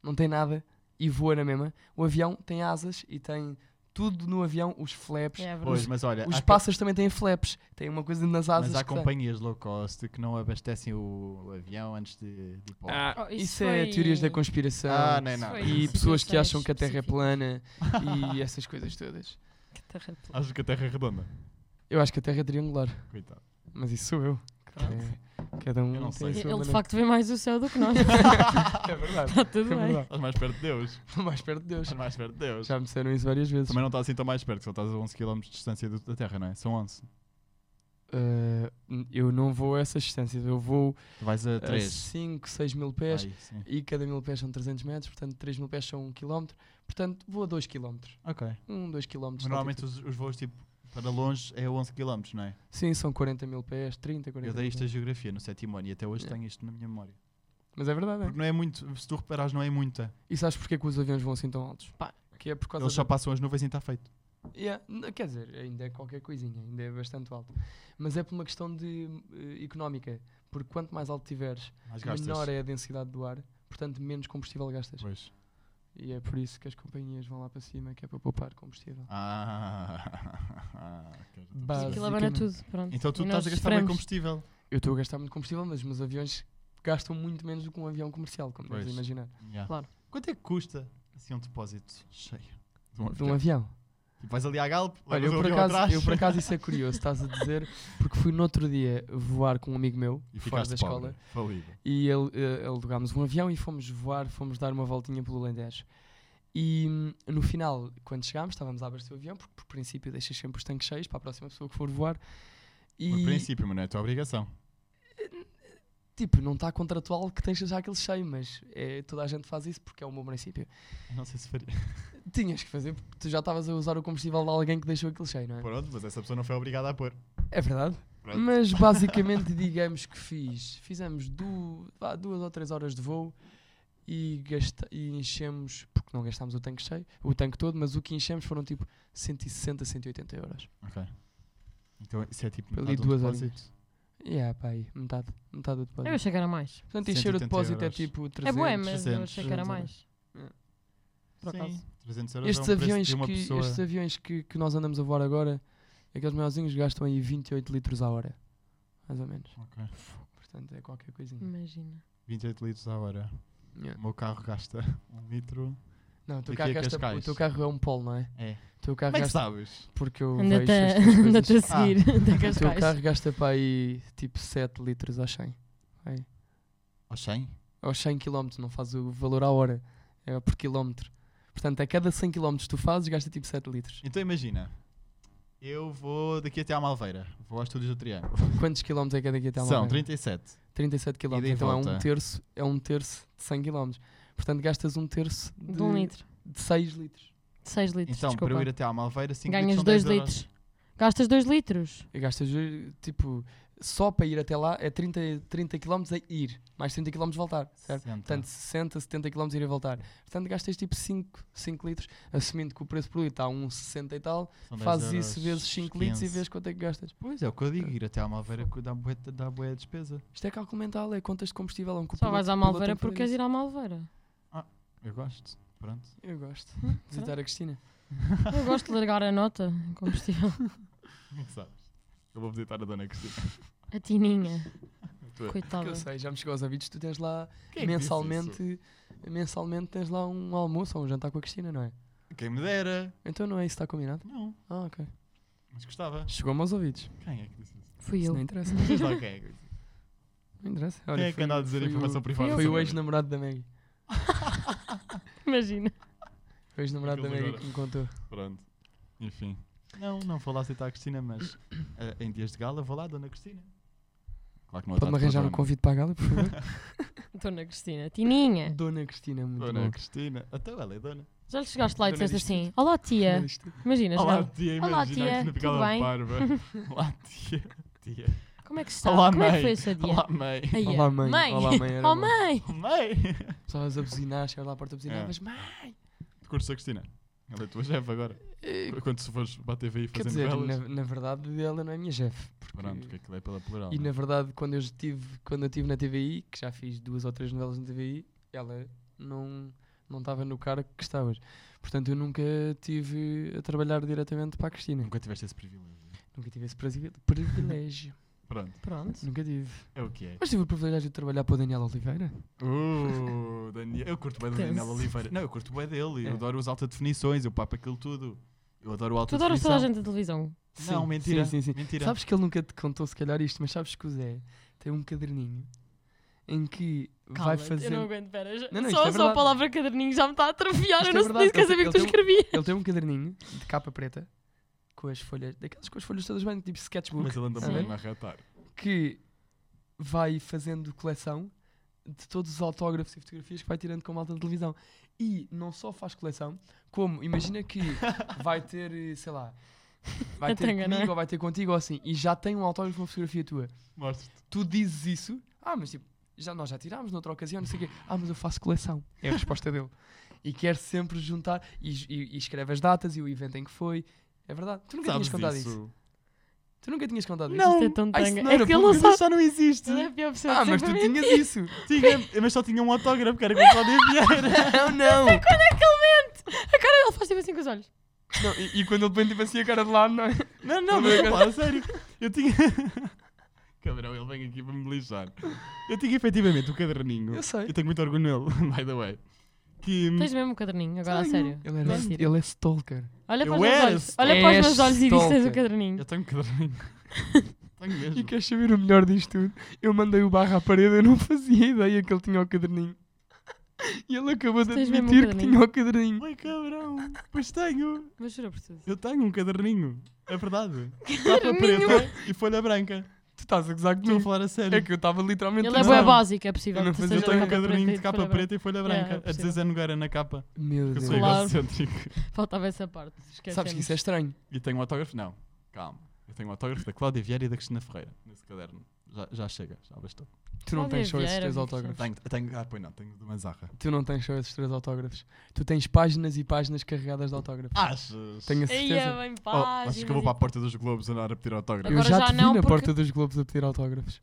não tem nada e voa na mesma? O avião tem asas e tem tudo no avião, os flaps. É Pois, verdade. mas olha, Os há ca- pássaros também têm flaps, tem uma coisa nas asas. mas há que tem. companhias low cost que não abastecem o o avião antes de, de ir para o ar. Ah, Oh, isso isso é foi- teorias da conspiração. Ah, nem nada. Foi e então, isso. pessoas que acham Situações que a Terra é específicas. <laughs> plana e essas coisas todas. Que terra plana. Acho que a Terra é redonda. Eu acho que a Terra é triangular, Coitado. mas isso sou eu. que É, cada um Eu não tem a Ah, Ele sua sei. de maneira. facto vê mais o céu do que nós. <laughs> é verdade. Está tudo É bem. verdade. Estás mais perto de Deus. Estou mais perto de Deus. Estás mais perto de Deus. Já me disseram isso várias vezes. Também não estás assim tão mais perto, que só estás a 11 km de distância do- da Terra, não é? São 11. Eh, eu não vou a essas distâncias. Eu vou Tu vais a a 3. 5, 6 mil pés. E cada mil pés são 300 metros. Portanto, 3 mil pés são 1 km. Portanto, vou a Um, 2 km. Ok. 1, 2 km. Mas normalmente os, os voos tipo para longe é 11 km, não é? Sim, são 40 mil pés, 30, 40 Eu dei mil isto a pés. geografia no sétimo ano e até hoje É. tenho isto na minha memória. Mas é verdade, é. Porque não é muito, se tu reparares, não é muita. E sabes porquê que os aviões vão assim tão altos? Pá. Que é por causa Eles só da- passam as nuvens e está tá feito. Yeah, n- Quer dizer, ainda é qualquer coisinha, ainda é bastante alto. Mas é por uma questão de eh, económica. Porque quanto mais alto tiveres, Mas gastas. menor é a densidade do ar, portanto menos combustível gastas. Pois. E é por isso que as companhias vão lá para cima, que é para poupar combustível. <laughs> Aquilo Base. Ah, que eu já tô a perceber. abana tudo. Basicamente. Pronto. Então tu E nós estás a gastar bem esperamos. combustível. Eu estou a gastar muito combustível, mas os meus aviões gastam muito menos do que um avião comercial, como deves Pois. imaginar. Yeah. Claro. Quanto é que custa assim um depósito cheio? De um De um avião. Tipo, vais ali à Galp, Olha, eu levas o por, avião acaso, atrás. eu por acaso isso é curioso, estás a dizer, porque fui no outro dia voar com um amigo meu, E fora ficaste da pobre, escola, falido. e ele, eh, alugámos um avião e fomos voar, fomos dar uma voltinha pelo Alentejo. E hum, no final, quando chegámos, estávamos a abastecer o avião, porque por princípio deixas sempre os tanques cheios para a próxima pessoa que for voar. E, Por princípio, mas não é a tua obrigação. <laughs> tipo, não está contratual que tens já aquele cheio, mas é, toda a gente faz isso porque é o meu princípio. Eu Não sei se faria. Tinhas que fazer porque tu já estavas a usar o combustível de alguém que deixou aquele cheio, não é? Pronto, mas essa pessoa não foi obrigada a pôr. É verdade. Pronto. Mas <laughs> basicamente digamos que fiz. Fizemos du- vá, duas ou três horas de voo e, gasta- e enchemos, porque não gastámos o tanque cheio, o tanque todo, mas o que enchemos foram tipo 160, 180 euros. Ok. Então isso é tipo Ali metade de um duas depósito. horinhas. E é, pá, aí, metade, metade do Eu depósito. achei que era mais. Portanto, encher o 180 depósito é euros. tipo É 300. bué, mas eu 300, achei que era 300 mais. Por Sim, acaso. 300 euros estes, é um preço aviões de uma que, pessoa. estes aviões que, que nós andamos a voar agora, aqueles maiorzinhos gastam aí 28 litros à hora, mais ou menos. Ok. Portanto, é qualquer Hum. coisinha. Imagina. 28 litros à hora. Yeah. O meu carro gasta 1 litro. Não, o teu, Daqui carro a gasta- o Cascais. teu carro é um polo, não é? É. O teu carro Como é que gasta sabes? porque eu Anda-te vejo tá- a, estas coisas. anda-te a Ah. <laughs> seguir. da O teu Cascais. carro gasta para aí tipo 7 litros aos 100. Aí. Aos 100? Aos 100 km, não faz o valor à hora. É por quilómetro. Portanto, a cada 100 km que tu fazes, gasta tipo 7 litros. Então imagina. Eu vou daqui até à Malveira. Vou aos estúdios do Triângulo. Quantos quilómetros é que é daqui até à São Malveira? 37. 37 km. Ida e Então é um, volta. terço, é um terço de 100 km. Portanto, gastas um terço de, De 1 um litro. de 6 litros. De 6 litros. Então, desculpa. para eu ir até à Malveira, 5 Ganhas litros 2 são 10 euros. litros. Gastas 2 litros. E gastas eh, tipo. Só para ir até lá é 30, 30 km a ir, mais 30 km voltar, certo? 60. Portanto, 60, 70 km ir e voltar. Portanto, gastas tipo 5, 5 litros, assumindo que o preço por litro está a 1,60 e tal, São 10 fazes euros, isso vezes 5 litros e 15. vês quanto é que gastas. Pois é, o que eu digo. Ir até à Malveira que dá bué, dá bué despesa. Isto é cálculo mental, é contas de combustível. É um Só vais à Malveira porque queres ir ao. à Malveira. Eu gosto. Pronto. Eu gosto. Hum, Visitar a Cristina. Eu gosto de largar a nota em combustível. Como é que sabes? Eu vou visitar a Dona Cristina. A tininha. Tu- Que Coitada. eu sei, já me chegou aos ouvidos, tu tens lá Quem é que disse isso? mensalmente, mensalmente tens lá um almoço ou um jantar com a Cristina, não é? Quem me dera. Então não é isso que está combinado? Não, Ah, ok. mas gostava. Chegou-me aos ouvidos. Quem é que disse isso? Fui Isso eu. <laughs> não interessa. Diz lá quem é que disse isso. Não interessa. Quem Olha, é que foi- anda a dizer foi o- informação privada? Foi o sobre ex-namorado da Maggie. Imagina. Foi o ex-namorado da Aquele Maggie agora. que me contou. mim? Pronto. Enfim. Não, não vou lá aceitar a Cristina, mas eh, em dias de gala vou lá, Dona Cristina. Claro que não Pode-me arranjar um o convite para a gala, por favor? <laughs> Dona Cristina. Tininha. Dona Cristina, muito Dona bom. Cristina. Até ela é dona. Já lhe chegaste lá e Dona disseste Cristina. assim: Olá, tia. Mas isto- é- Imagina, Olá, já. tia. Olá, Imagina tia, que na tudo picada bem? barba. <laughs> Olá, tia. Tia. Como é que está? Olá, Como é que mãe. foi o seu dia? Olá, mãe. Aí, é. Olá, mãe. Mãe. Olá, mãe, era Oh, bom. mãe. Mãe. Estavas a buzinar, chegavas lá à porta a buzinar, É. mas mãe. Tu curtes a Cristina? Ela é tua chefe agora. Eh, Quando tu fores para a TV e Quer fazer dizer, na, novelas. na verdade ela não é minha chefe. Porque... Pronto, porque aquilo é pela plural. E não é? na verdade, quando eu estive, quando eu estive na TVI, que já fiz duas ou três novelas na TVI, ela não não estava no cargo que está hoje. Portanto, eu nunca tive a trabalhar diretamente para a Cristina. Nunca tiveste esse privilégio. Nunca tive esse presi- privilégio. Pronto, Pronto. nunca tive. é o que é. Mas tive o privilégio de trabalhar para o Daniel Oliveira. Uh, Daniel. Eu curto bem do Tenso. Daniel Oliveira. Não, eu curto bem dele. É. Eu adoro as altas definições, eu papo aquilo tudo. Eu adoro o alta Tu adoras toda a definição. gente da televisão. Não, mentira. Sim, sim, sim. Mentira. Sabes que ele nunca te contou, se calhar, isto, mas sabes que o Zé tem um caderninho em que vai Cala-te, fazer. Eu não aguento, pera. já- Não, não, isto só, é só verdade. a palavra caderninho já me está a atrofiar. Isto é eu não verdade, nem sequer ele tem- sabia que tu ele tem escrevias. Ele tem um caderninho de capa preta com as folhas, daquelas com as folhas todas bem, tipo sketchbook, Mas ele anda Sim. mesmo a ratar. que vai fazendo coleção de todos os autógrafos e fotografias que vai tirando com malta de televisão. E não só faz coleção, como imagina que vai ter, eh, sei lá, vai A ter tanga, não é? comigo ou vai ter contigo ou assim, e já tem um autógrafo, uma fotografia tua. Mostra-te. Tu dizes isso, ah, mas tipo, já, nós já tirámos noutra ocasião, não sei o quê. Ah, mas eu faço coleção. É a resposta dele. E quer sempre juntar, e, e- e escreve as datas e o evento em que foi. É verdade. Tu nunca Sabes tinhas contado isso. isso? Tu nunca tinhas contado isso. Isto é tão Ah, isso tanga. não É era que ele não público, sabe. já não existe. Ele é a pior pessoa Ah, de mas tu sempre tinhas mentir. isso. <laughs> Tinha, mas só tinha um autógrafo, que era com o Cláudio Vieira. <laughs> Não, não. Quando é que ele mente? A cara dele faz tipo assim com os olhos. <laughs> Não, e, e quando ele põe tipo assim a cara de lado, não é? Não, não, mas vou falar a sério. Eu tinha. <laughs> Cabrão, ele vem aqui para me lixar. Eu tinha efetivamente o caderninho. Eu sei. Eu tenho muito orgulho nele, <laughs> by the way. Que. Tens mesmo um caderninho, agora a Tenho. sério. Ele, era, Mentira. ele é stalker. Olha para Eu os meus era olhos. Olha para os meus olhos e diz que tens stalker. o caderninho. Eu tenho um caderninho. tenho mesmo. E queres saber o melhor disto tudo? Eu mandei o barra à parede, eu não fazia ideia que ele tinha o caderninho. E ele acabou de Tens mesmo um admitir que caderninho? tinha o caderninho. Ai, cabrão. Pois tenho. Mas juro por tudo. Eu tenho um caderninho. <laughs> É verdade. Capa Caderninho. preta e folha branca. Tu estás a gozar Estou a comigo. falar a sério. É que eu estava literalmente. Ele é a boa gozar. básica, é possível. Eu não que tu fazia Eu sejas tenho um capa caderninho preta de e capa preta e folha branca. branca. É, é a possível. dizer Zé Nogueira na capa. Meu Que eu Deus. sou Claro. egocêntrico. Faltava essa parte. Esquecemos. Sabes que isso é estranho. E tenho um autógrafo? Não. Calma. Eu tenho um autógrafo da Cláudia Vieira e da Cristina Ferreira nesse caderno. Já, já chega, já bastou. Tu não Olha, tens só esses Vieira, três que autógrafos. Tenho, tenho, ah, pois não, tenho de Manzarra. Tu não tens só esses três autógrafos. Tu tens páginas e páginas carregadas de autógrafos. Achas? Tenho a Ei, Ah, é certeza. bem Oh, achas páginas que eu vou e- para a porta dos Globos andar a pedir autógrafo? eu Agora já, já te vi não, na porque- porta dos Globos a pedir autógrafos.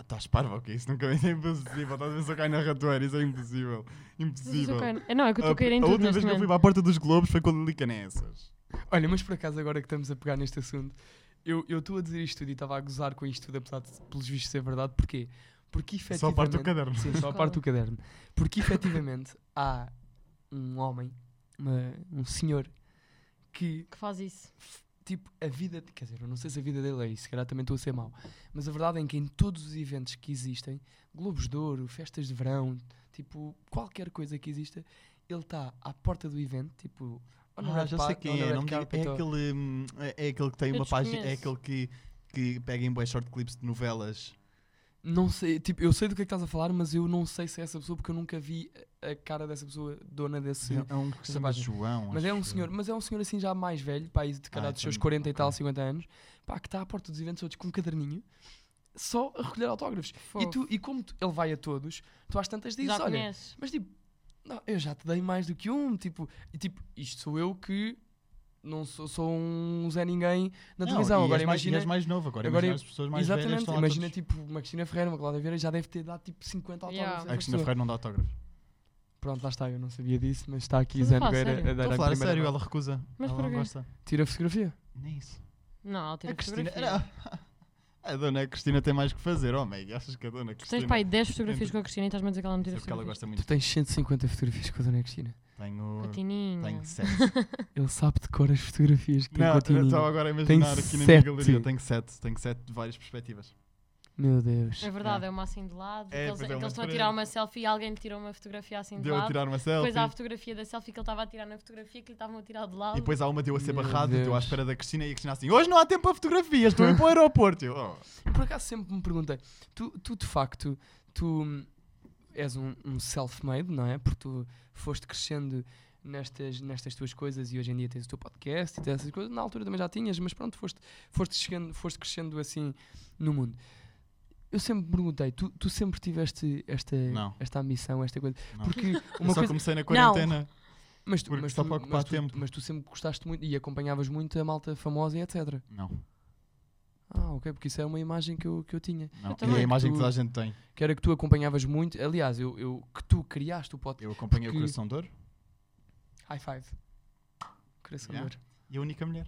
Estás parvo, ok? Isso nunca é impossível. Estás a ver se eu caio na ratoeira, isso é impossível. Mas eu Impossível. quero- Não, é que eu A, estou a cair em a tudo última neste vez que eu fui momento. para a porta dos Globos foi com a Lili Canessas. Olha, mas por acaso, agora que estamos a pegar neste assunto, eu eu estou a dizer isto tudo e estava a gozar com isto tudo, apesar de, pelos vistos, ser verdade. Porquê? Porque efetivamente. É Só a parte do caderno. Sim, só a parte do caderno. Porque efetivamente há um homem, uma- um senhor, que Que faz isso. f- tipo, a vida, de- quer dizer, eu não sei se a vida dele é isso, se calhar também estou a ser mau, mas a verdade é que em todos os eventos que existem, Globos de Ouro, festas de verão, tipo, qualquer coisa que exista, ele está à porta do evento, tipo, on the Ah, red já pa- sei on quem the é. red não me diga- carpet, é, ou- aquele, hum, é é aquele que tem Eu uma página. É desconheço. aquele que, que pega em boas short clips de novelas. Não sei, tipo, eu sei do que é que estás a falar, mas eu não sei se é essa pessoa porque eu nunca vi a- a cara dessa pessoa dona desse. É um que se chama página. João. Mas é acho um eu. senhor, mas é um senhor assim já mais velho, pá, aí de calhar Ah, dos seus então, 40 e tal, ok. 50 anos, pá, que está à porta dos eventos todos com um caderninho, só a recolher autógrafos. E, Fofo. tu, e como tu- ele vai a todos, tu às tantas dizes, Já olha, conheces. mas tipo, não, eu já te dei mais do que um, tipo, e, tipo, isto sou eu que não sou, sou um Zé Ninguém na Não, televisão. e Agora és mais- e imagina. és mais novo agora. agora imagina as pessoas mais velhas exatamente, estão lá imagina todos. tipo uma Cristina Ferreira, uma Cláudia Vieira já deve ter dado tipo 50 Yeah. autógrafos. a A essa Cristina pessoa. Ferreira não dá autógrafo. Pronto, lá está, eu não sabia disso, mas está aqui Estás Zé a falar Nogueira sério? a dar Estou a a falar a primeira sério, mão. ela recusa. Mas ela não porquê? gosta. Tira a fotografia. Nem isso. Não, A tira Cristina. fotografia. <laughs> A dona Cristina tem mais que fazer, homem. Achas que a dona Tu Cristina. tens, pai, 10 fotografias Entre- com a Cristina e estás-me a dizer que ela não tira porque ela fotografias. gosta muito. Tu tens 150 fotografias com a Dona Cristina. Tenho. Catininha. <laughs> Tenho sete. Ele sabe de cor as fotografias que tem Não, com a Tininha. estava agora a imaginar aqui na minha sete. galeria. Tenho sete. Tenho sete de várias perspectivas. Meu Deus. É verdade, é uma assim de lado. É, que eles pois é, que uma eles estão a diferente. tirar uma selfie e alguém lhe tirou uma fotografia assim de Deu a lado. tirar uma selfie. Depois há a fotografia da selfie que ele estava a tirar na fotografia que lhe estavam a tirar de lado. E depois há uma deu a ser Meu barrada, deu à Deus. espera da Cristina e a Cristina assim: Hoje não há tempo para fotografias, estou a ir para o aeroporto. Eu, "Oh." Eu por acaso sempre me perguntei, tu, tu de facto, tu hum, és um, um self-made, não é? Porque tu foste crescendo nestas, nestas tuas coisas e hoje em dia tens o teu podcast e tens essas coisas. Na altura também já tinhas, mas pronto, foste, foste, chegando, foste crescendo assim no mundo. Eu sempre me perguntei, tu, tu sempre tiveste esta, Não. esta ambição, esta coisa? Não. <laughs> Porque Eu uma só coisa, comecei na quarentena. Mas tu, Porque mas, só tu, para ocupar mas, tu, tempo. mas tu sempre gostaste muito e acompanhavas muito a malta famosa e etc. Não, Ah, ok, porque isso é uma imagem que eu, que eu tinha. não. também. É a imagem que Tu- toda a gente tem. Que era que tu acompanhavas muito. Aliás, eu, eu que tu criaste o podcast. Eu acompanhei Porque- o Coração de Ouro High five. Coração de Yeah. ouro. e a única mulher.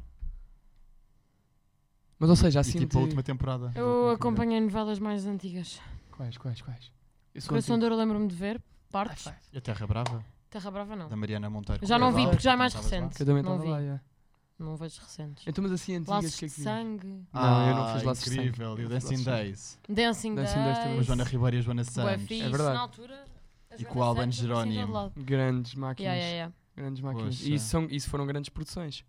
Mas ou seja, E assim. tipo a de- última temporada. da Eu última acompanhei novelas mais antigas. Quais, quais, quais? Eu sou Coração de antigo. Ouro lembro-me de ver, High partes. five. temporada. E a Terra Brava, Terra Brava não. da Mariana Monteiro. Já que não estava vi, lá, porque já é não mais estavas lá. recente. Que eu também Não estava vi. lá, yeah. Não vejo recentes. Então, mas assim, antigas, Laços o que é de que vias? sangue, Não, eu não fiz Ah, laços de sangue. incrível. E Eu o fiz Dancing laços de sangue. Days. Dancing, Dancing Days também. Com a Mas Joana Ribeiro e a Joana Bué Santos. É fixe, verdade. na altura. a E Joana com o Alban Santos aparecia em todo Jerónimo. assim, lado. Grandes máquinas. Yeah, yeah, yeah. Grandes máquinas. Poxa. E isso, são, isso foram grandes produções.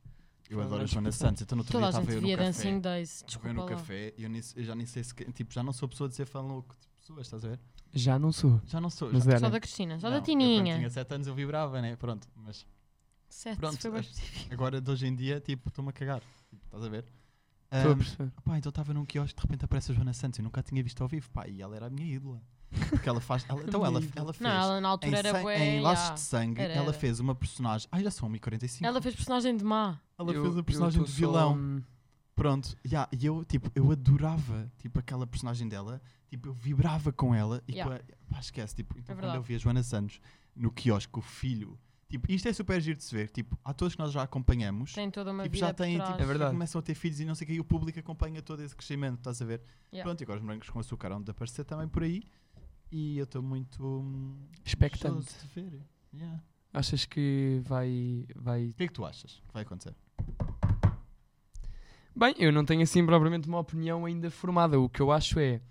Eu adoro a Joana Santos. Então, no outro Toda dia a estava gente eu no via café. Dancing Days. Estava Desculpa eu no lá. café e eu, nem- eu já nem sei se. Tipo, já não sou pessoa de ser fã louco de pessoas, estás a ver? Já não sou. Já não sou. Mas é. já... era. Só da Cristina, só Não, da eu Quando Tininha. tinha 7 anos eu vibrava, né? Pronto, mas Sete, Pronto, foi bem a- específico. agora de hoje em dia, tipo, estou-me a cagar. Tipo, estás a ver? Estou a Ahm, perceber. Pá, então estava num quiosque, de repente aparece a Joana Santos, eu nunca a tinha visto ao vivo, pá, e ela era a minha ídola. Porque ela faz. <laughs> ela- então Minha ela, ídola. ela fez. Não, ela na em, altura era sang- bué. em Laços de yeah. Sangue, Era, ela era. fez uma personagem. Ai, já são 1h45. Ela fez personagem de má. Ela Eu- fez a eu personagem tô de só, vilão. hum, Pronto, já, e eu, tipo, eu adorava, tipo, aquela personagem dela, tipo, eu vibrava com ela e Yeah. com a- pá, esquece, tipo, então quando É verdade. eu vi a Joana Santos no quiosque, com o filho, tipo, isto é super giro de se ver, tipo, há todos que nós já acompanhamos, Tem toda uma tipo, vida já por têm, trás. tipo, É verdade. já começam a ter filhos e não sei o que, e o público acompanha todo esse crescimento, estás a ver? Yeah. Pronto, e agora os morangos com açúcar onde aparecer também por aí, e eu estou muito hum, Expectante. gostoso de ver. Yeah. Achas que vai, vai. O que é que tu achas que vai acontecer? Bem, eu não tenho assim propriamente uma opinião ainda formada. O que eu acho é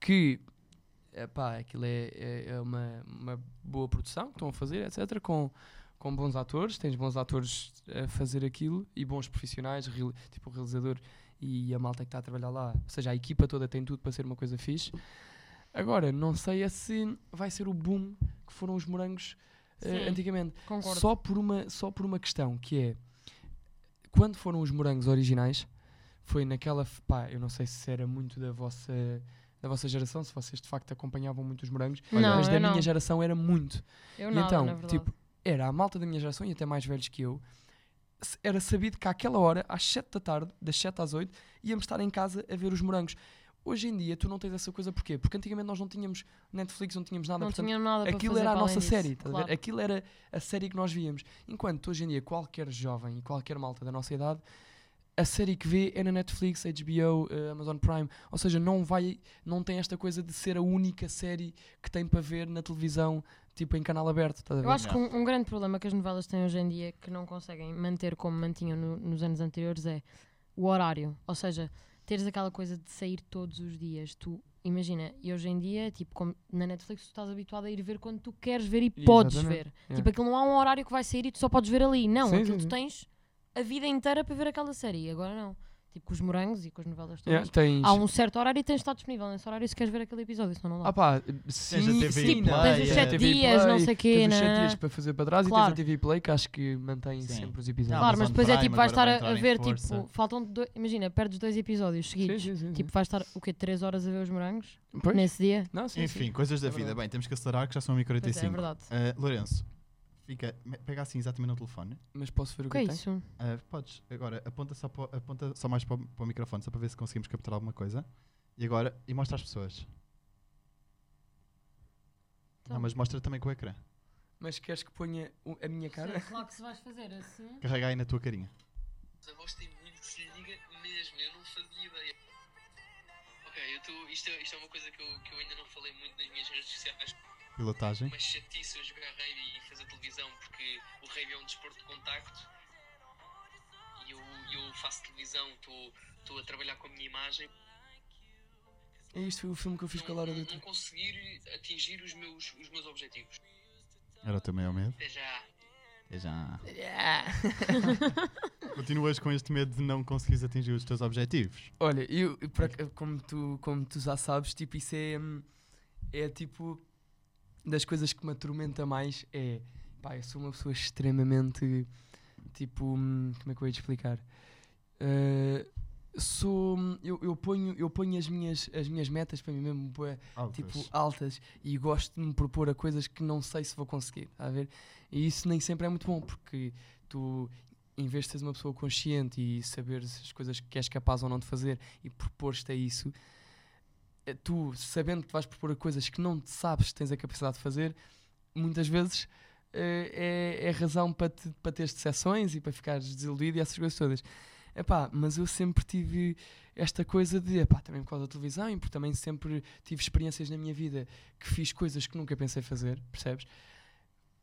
que. Epá, aquilo é, é- é uma, uma boa produção que estão a fazer, etc. Com, com bons atores, tens bons atores a fazer aquilo e bons profissionais, reali- tipo o realizador e a malta que está a trabalhar lá. Ou seja, a equipa toda tem tudo para ser uma coisa fixe. Agora, não sei é se vai ser o boom que foram os morangos eh, Sim. antigamente. é Concordo. Só por, uma, só por uma questão, que é quando foram os morangos originais, foi naquela. f- Pá, eu não sei se era muito da vossa, da vossa geração, se vocês de facto acompanhavam muito os morangos, Não, mas eu da não. minha geração era muito. Eu E nada, então, na verdade. tipo, Era a malta da minha geração e até mais velhos que eu. se- Era sabido que àquela hora, às 7 da tarde, das 7 às 8, íamos estar em casa a ver os morangos. Hoje em dia tu não tens essa coisa porquê? Porque antigamente nós não tínhamos Netflix, não tínhamos nada, não portanto, tinha nada para aquilo fazer era a para além nossa disso, série, estás a claro. ver? aquilo era a série que nós víamos. Enquanto hoje em dia qualquer jovem e qualquer malta da nossa idade, a série que vê é na Netflix, HBO, eh, Amazon Prime, ou seja, não vai, não tem esta coisa de ser a única série que tem para ver na televisão, tipo em canal aberto, estás a ver? Eu acho que um, um grande problema que as novelas têm hoje em dia, que não conseguem manter como mantinham no- nos anos anteriores, é o horário. Ou seja, teres aquela coisa de sair todos os dias. Tu imagina, e hoje em dia, tipo, como na Netflix, tu estás habituado a ir ver quando tu queres ver e podes Exatamente, ver. Tipo, aquilo não há um horário que vai sair e tu só podes ver ali. Não, Sim, aquilo sim, tu sim. tens a vida inteira para ver aquela série. E agora não. Tipo, com os morangos e com as novelas todas. Yeah, É, tens... Há um certo horário e tens de estar disponível nesse horário se queres ver aquele episódio, senão não dá. Ah pá, sim, Tens a TV sim, Play, é. não. Tens os a sete TV dias, não Play, sei quê, Tipo, Tens os né? 7 dias para fazer para trás e Claro. tens a TV Play que acho que mantém Sim. sempre os episódios. Claro, mas Amazon depois é Tá, Prime tipo, vais estar agora vai a, a entrar em ver, força. tipo, faltam dois, imagina, perdes dois episódios seguidos. Sim, sim, sim, Tipo, vais estar o quê? 3 horas a ver os morangos sim. Pois? nesse dia? Não, sim, Enfim, coisas da É vida. verdade. Bem, temos que acelerar que já são Pois 1h45. é, é verdade. Ah, Lourenço, fica, me- pega assim exatamente no telefone. sim. Mas posso ver O o que que, é tem? isso? Ah, podes, agora aponta só, para o- aponta só mais para o, para o microfone, só para ver se conseguimos capturar alguma coisa. E agora, e mostra às pessoas. Então. Não, mas mostra também com o ecrã. Mas queres que ponha o- a minha cara? Claro que se vais fazer assim. Carrega aí na tua carinha. Mas a voz tem muito que se lhe diga mesmo, eu não fazia ideia. Ok, eu tô, isto, é, isto é uma coisa que eu, que eu ainda não falei muito nas minhas redes sociais. Pilotagem. Mas chatice eu jogar rave e fazer televisão, porque o rave é um desporto de contacto. E eu, eu faço televisão, estou a trabalhar com a minha imagem. É isto foi o filme que eu fiz com a Não, Laura não, do não conseguir atingir os meus, os meus objetivos. Era o teu maior medo. Até já. É <laughs> já. Continuas com este medo de não conseguires atingir os teus objetivos. Olha, eu, eu por ac- como, tu, como tu já sabes, tipo, isso é, hum, é tipo das coisas que me atormenta mais é pá, eu sou uma pessoa extremamente tipo, hum, como é que eu ia te explicar? Ah, sou hum, eu, eu ponho, eu ponho as, minhas, as minhas metas para mim mesmo bué, Altas. tipo, altas e gosto de me propor a coisas que não sei se vou conseguir, tá a ver? E isso nem sempre é muito bom, porque tu, em vez de seres uma pessoa consciente e saberes as coisas que és capaz ou não de fazer e propor-te a isso, eh, tu, sabendo que vais propor a coisas que não te sabes que tens a capacidade de fazer, muitas vezes eh, é, é razão para, te, para teres decepções e para ficares desiludido e essas coisas todas. Epá, mas eu sempre tive esta coisa de, epá, também por causa da televisão e porque também sempre tive experiências na minha vida que fiz coisas que nunca pensei fazer, percebes?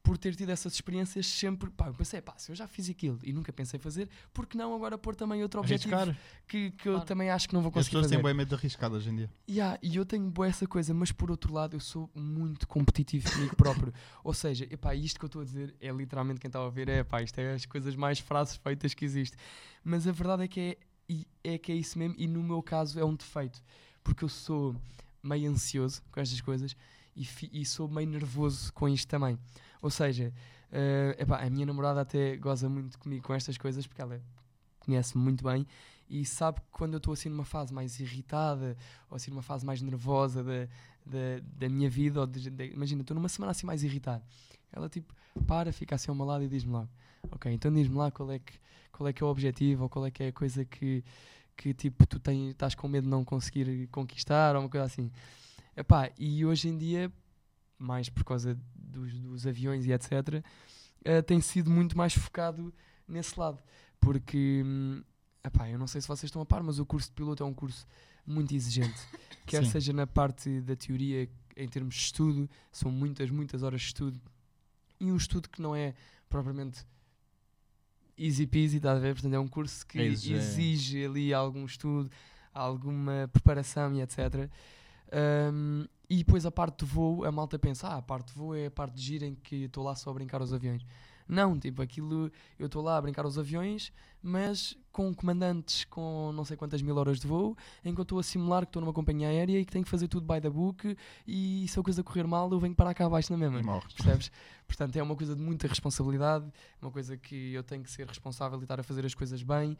por ter tido essas experiências sempre, pá, eu pensei, pá, se eu já fiz aquilo e nunca pensei fazer, por que não agora pôr também outro objetivo Arriscar. que, que eu Claro. também acho que não vou As conseguir pessoas fazer? têm bem medo de arriscar hoje em dia. Yeah, e eu tenho boa essa coisa, mas por outro lado eu sou muito competitivo comigo <laughs> próprio. Ou seja, epá, isto que eu estou a dizer é literalmente quem está a ouvir, é pá, isto é as coisas mais frases feitas que existe. Mas a verdade é que é, e- é que é isso mesmo, e no meu caso é um defeito, porque eu sou meio ansioso com estas coisas e, fi- e sou meio nervoso com isto também. Ou seja, eh, epá, a minha namorada até goza muito comigo com estas coisas porque ela conhece-me muito bem e sabe que quando eu estou assim numa fase mais irritada ou assim numa fase mais nervosa da, da, da minha vida, ou de- de- imagina, estou numa semana assim mais irritado. Ela tipo para, fica assim ao meu lado e diz-me logo, ok, então diz-me lá qual é, que, qual é que é o objetivo ou qual é que é a coisa que, que tipo tu tens, estás com medo de não conseguir conquistar ou uma coisa assim. Epá, e hoje em dia, mais por causa dos, dos aviões e etc., eh, tem sido muito mais focado nesse lado. Porque, hum, epá, eu não sei se vocês estão a par, mas o curso de piloto é um curso muito exigente. Quer Sim. seja na parte da teoria, em termos de estudo, são muitas, muitas horas de estudo. E um estudo que não é propriamente easy peasy, estás a ver? Portanto, é um curso que É exigente. exige ali algum estudo, alguma preparação e etc. Um, e depois a parte de voo, a malta pensa, ah, a parte de voo é a parte de giro em que eu estou lá só a brincar aos aviões. Não, tipo, aquilo, eu estou lá a brincar aos aviões, mas com comandantes com não sei quantas mil horas de voo, em que eu estou a simular que estou numa companhia aérea e que tenho que fazer tudo by the book, e se a coisa correr mal, eu venho para cá abaixo na mesma. E morres. Percebes? Portanto, é uma coisa de muita responsabilidade, é uma coisa que eu tenho que ser responsável e estar a fazer as coisas bem.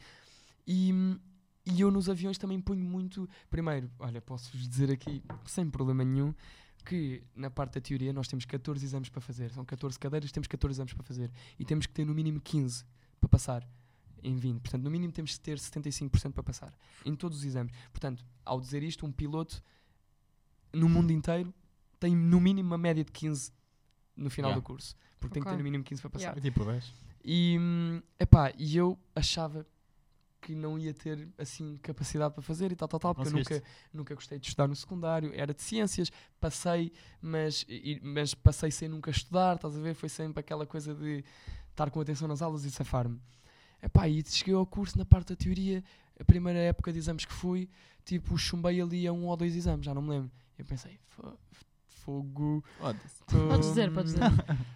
E, e eu nos aviões também ponho muito. Primeiro, olha, posso-vos dizer aqui, sem problema nenhum, que na parte da teoria nós temos 14 exames para fazer. São 14 cadeiras, temos 14 exames para fazer. E temos que ter no mínimo 15 para passar em 20. Portanto, no mínimo temos que ter 75% para passar em todos os exames. Portanto, ao dizer isto, um piloto no mundo inteiro tem no mínimo uma média de 15 no final Yeah. do curso. Porque tem que Ok. ter no mínimo 15 para passar. É tipo 10. E, hum, epá, e eu achava que não ia ter assim capacidade para fazer e tal, tal, tal, porque eu nunca, Conseguiste. nunca gostei de estudar no secundário, era de ciências, passei, mas, e- mas passei sem nunca estudar, estás a ver? Foi sempre aquela coisa de estar com atenção nas aulas e safar-me. Epá, e cheguei ao curso na parte da teoria, a primeira época de exames que fui, tipo, chumbei ali a um ou dois exames, já não me lembro. Eu pensei, "Fo- fogo, Foda-se. tô- Podes dizer, podes dizer.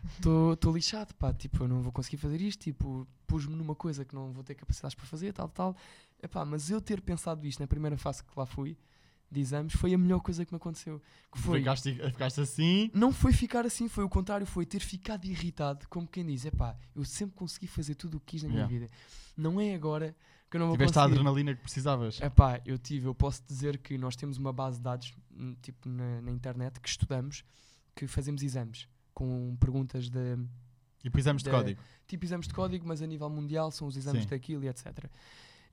estou lixado, pá, tipo, eu não vou conseguir fazer isto, tipo, pus-me numa coisa que não vou ter capacidades para fazer, tal, tal. Epá, mas eu ter pensado isto na primeira fase que lá fui, de exames, foi a melhor coisa que me aconteceu. Que foi, Ficaste, ficaste assim. não foi ficar assim, foi o contrário, foi ter ficado irritado, como quem diz, epá, eu sempre consegui fazer tudo o que quis na minha Yeah. vida. Não é agora que eu não vou Tiveste a conseguir. adrenalina que precisavas. Epá, eu tive, eu posso dizer que nós temos uma base de dados, hum, tipo na, na internet, que estudamos, que fazemos exames com perguntas de, E pusemos de Da- código. tipo exames de código, mas a nível mundial são os exames Sim. daquilo e etc.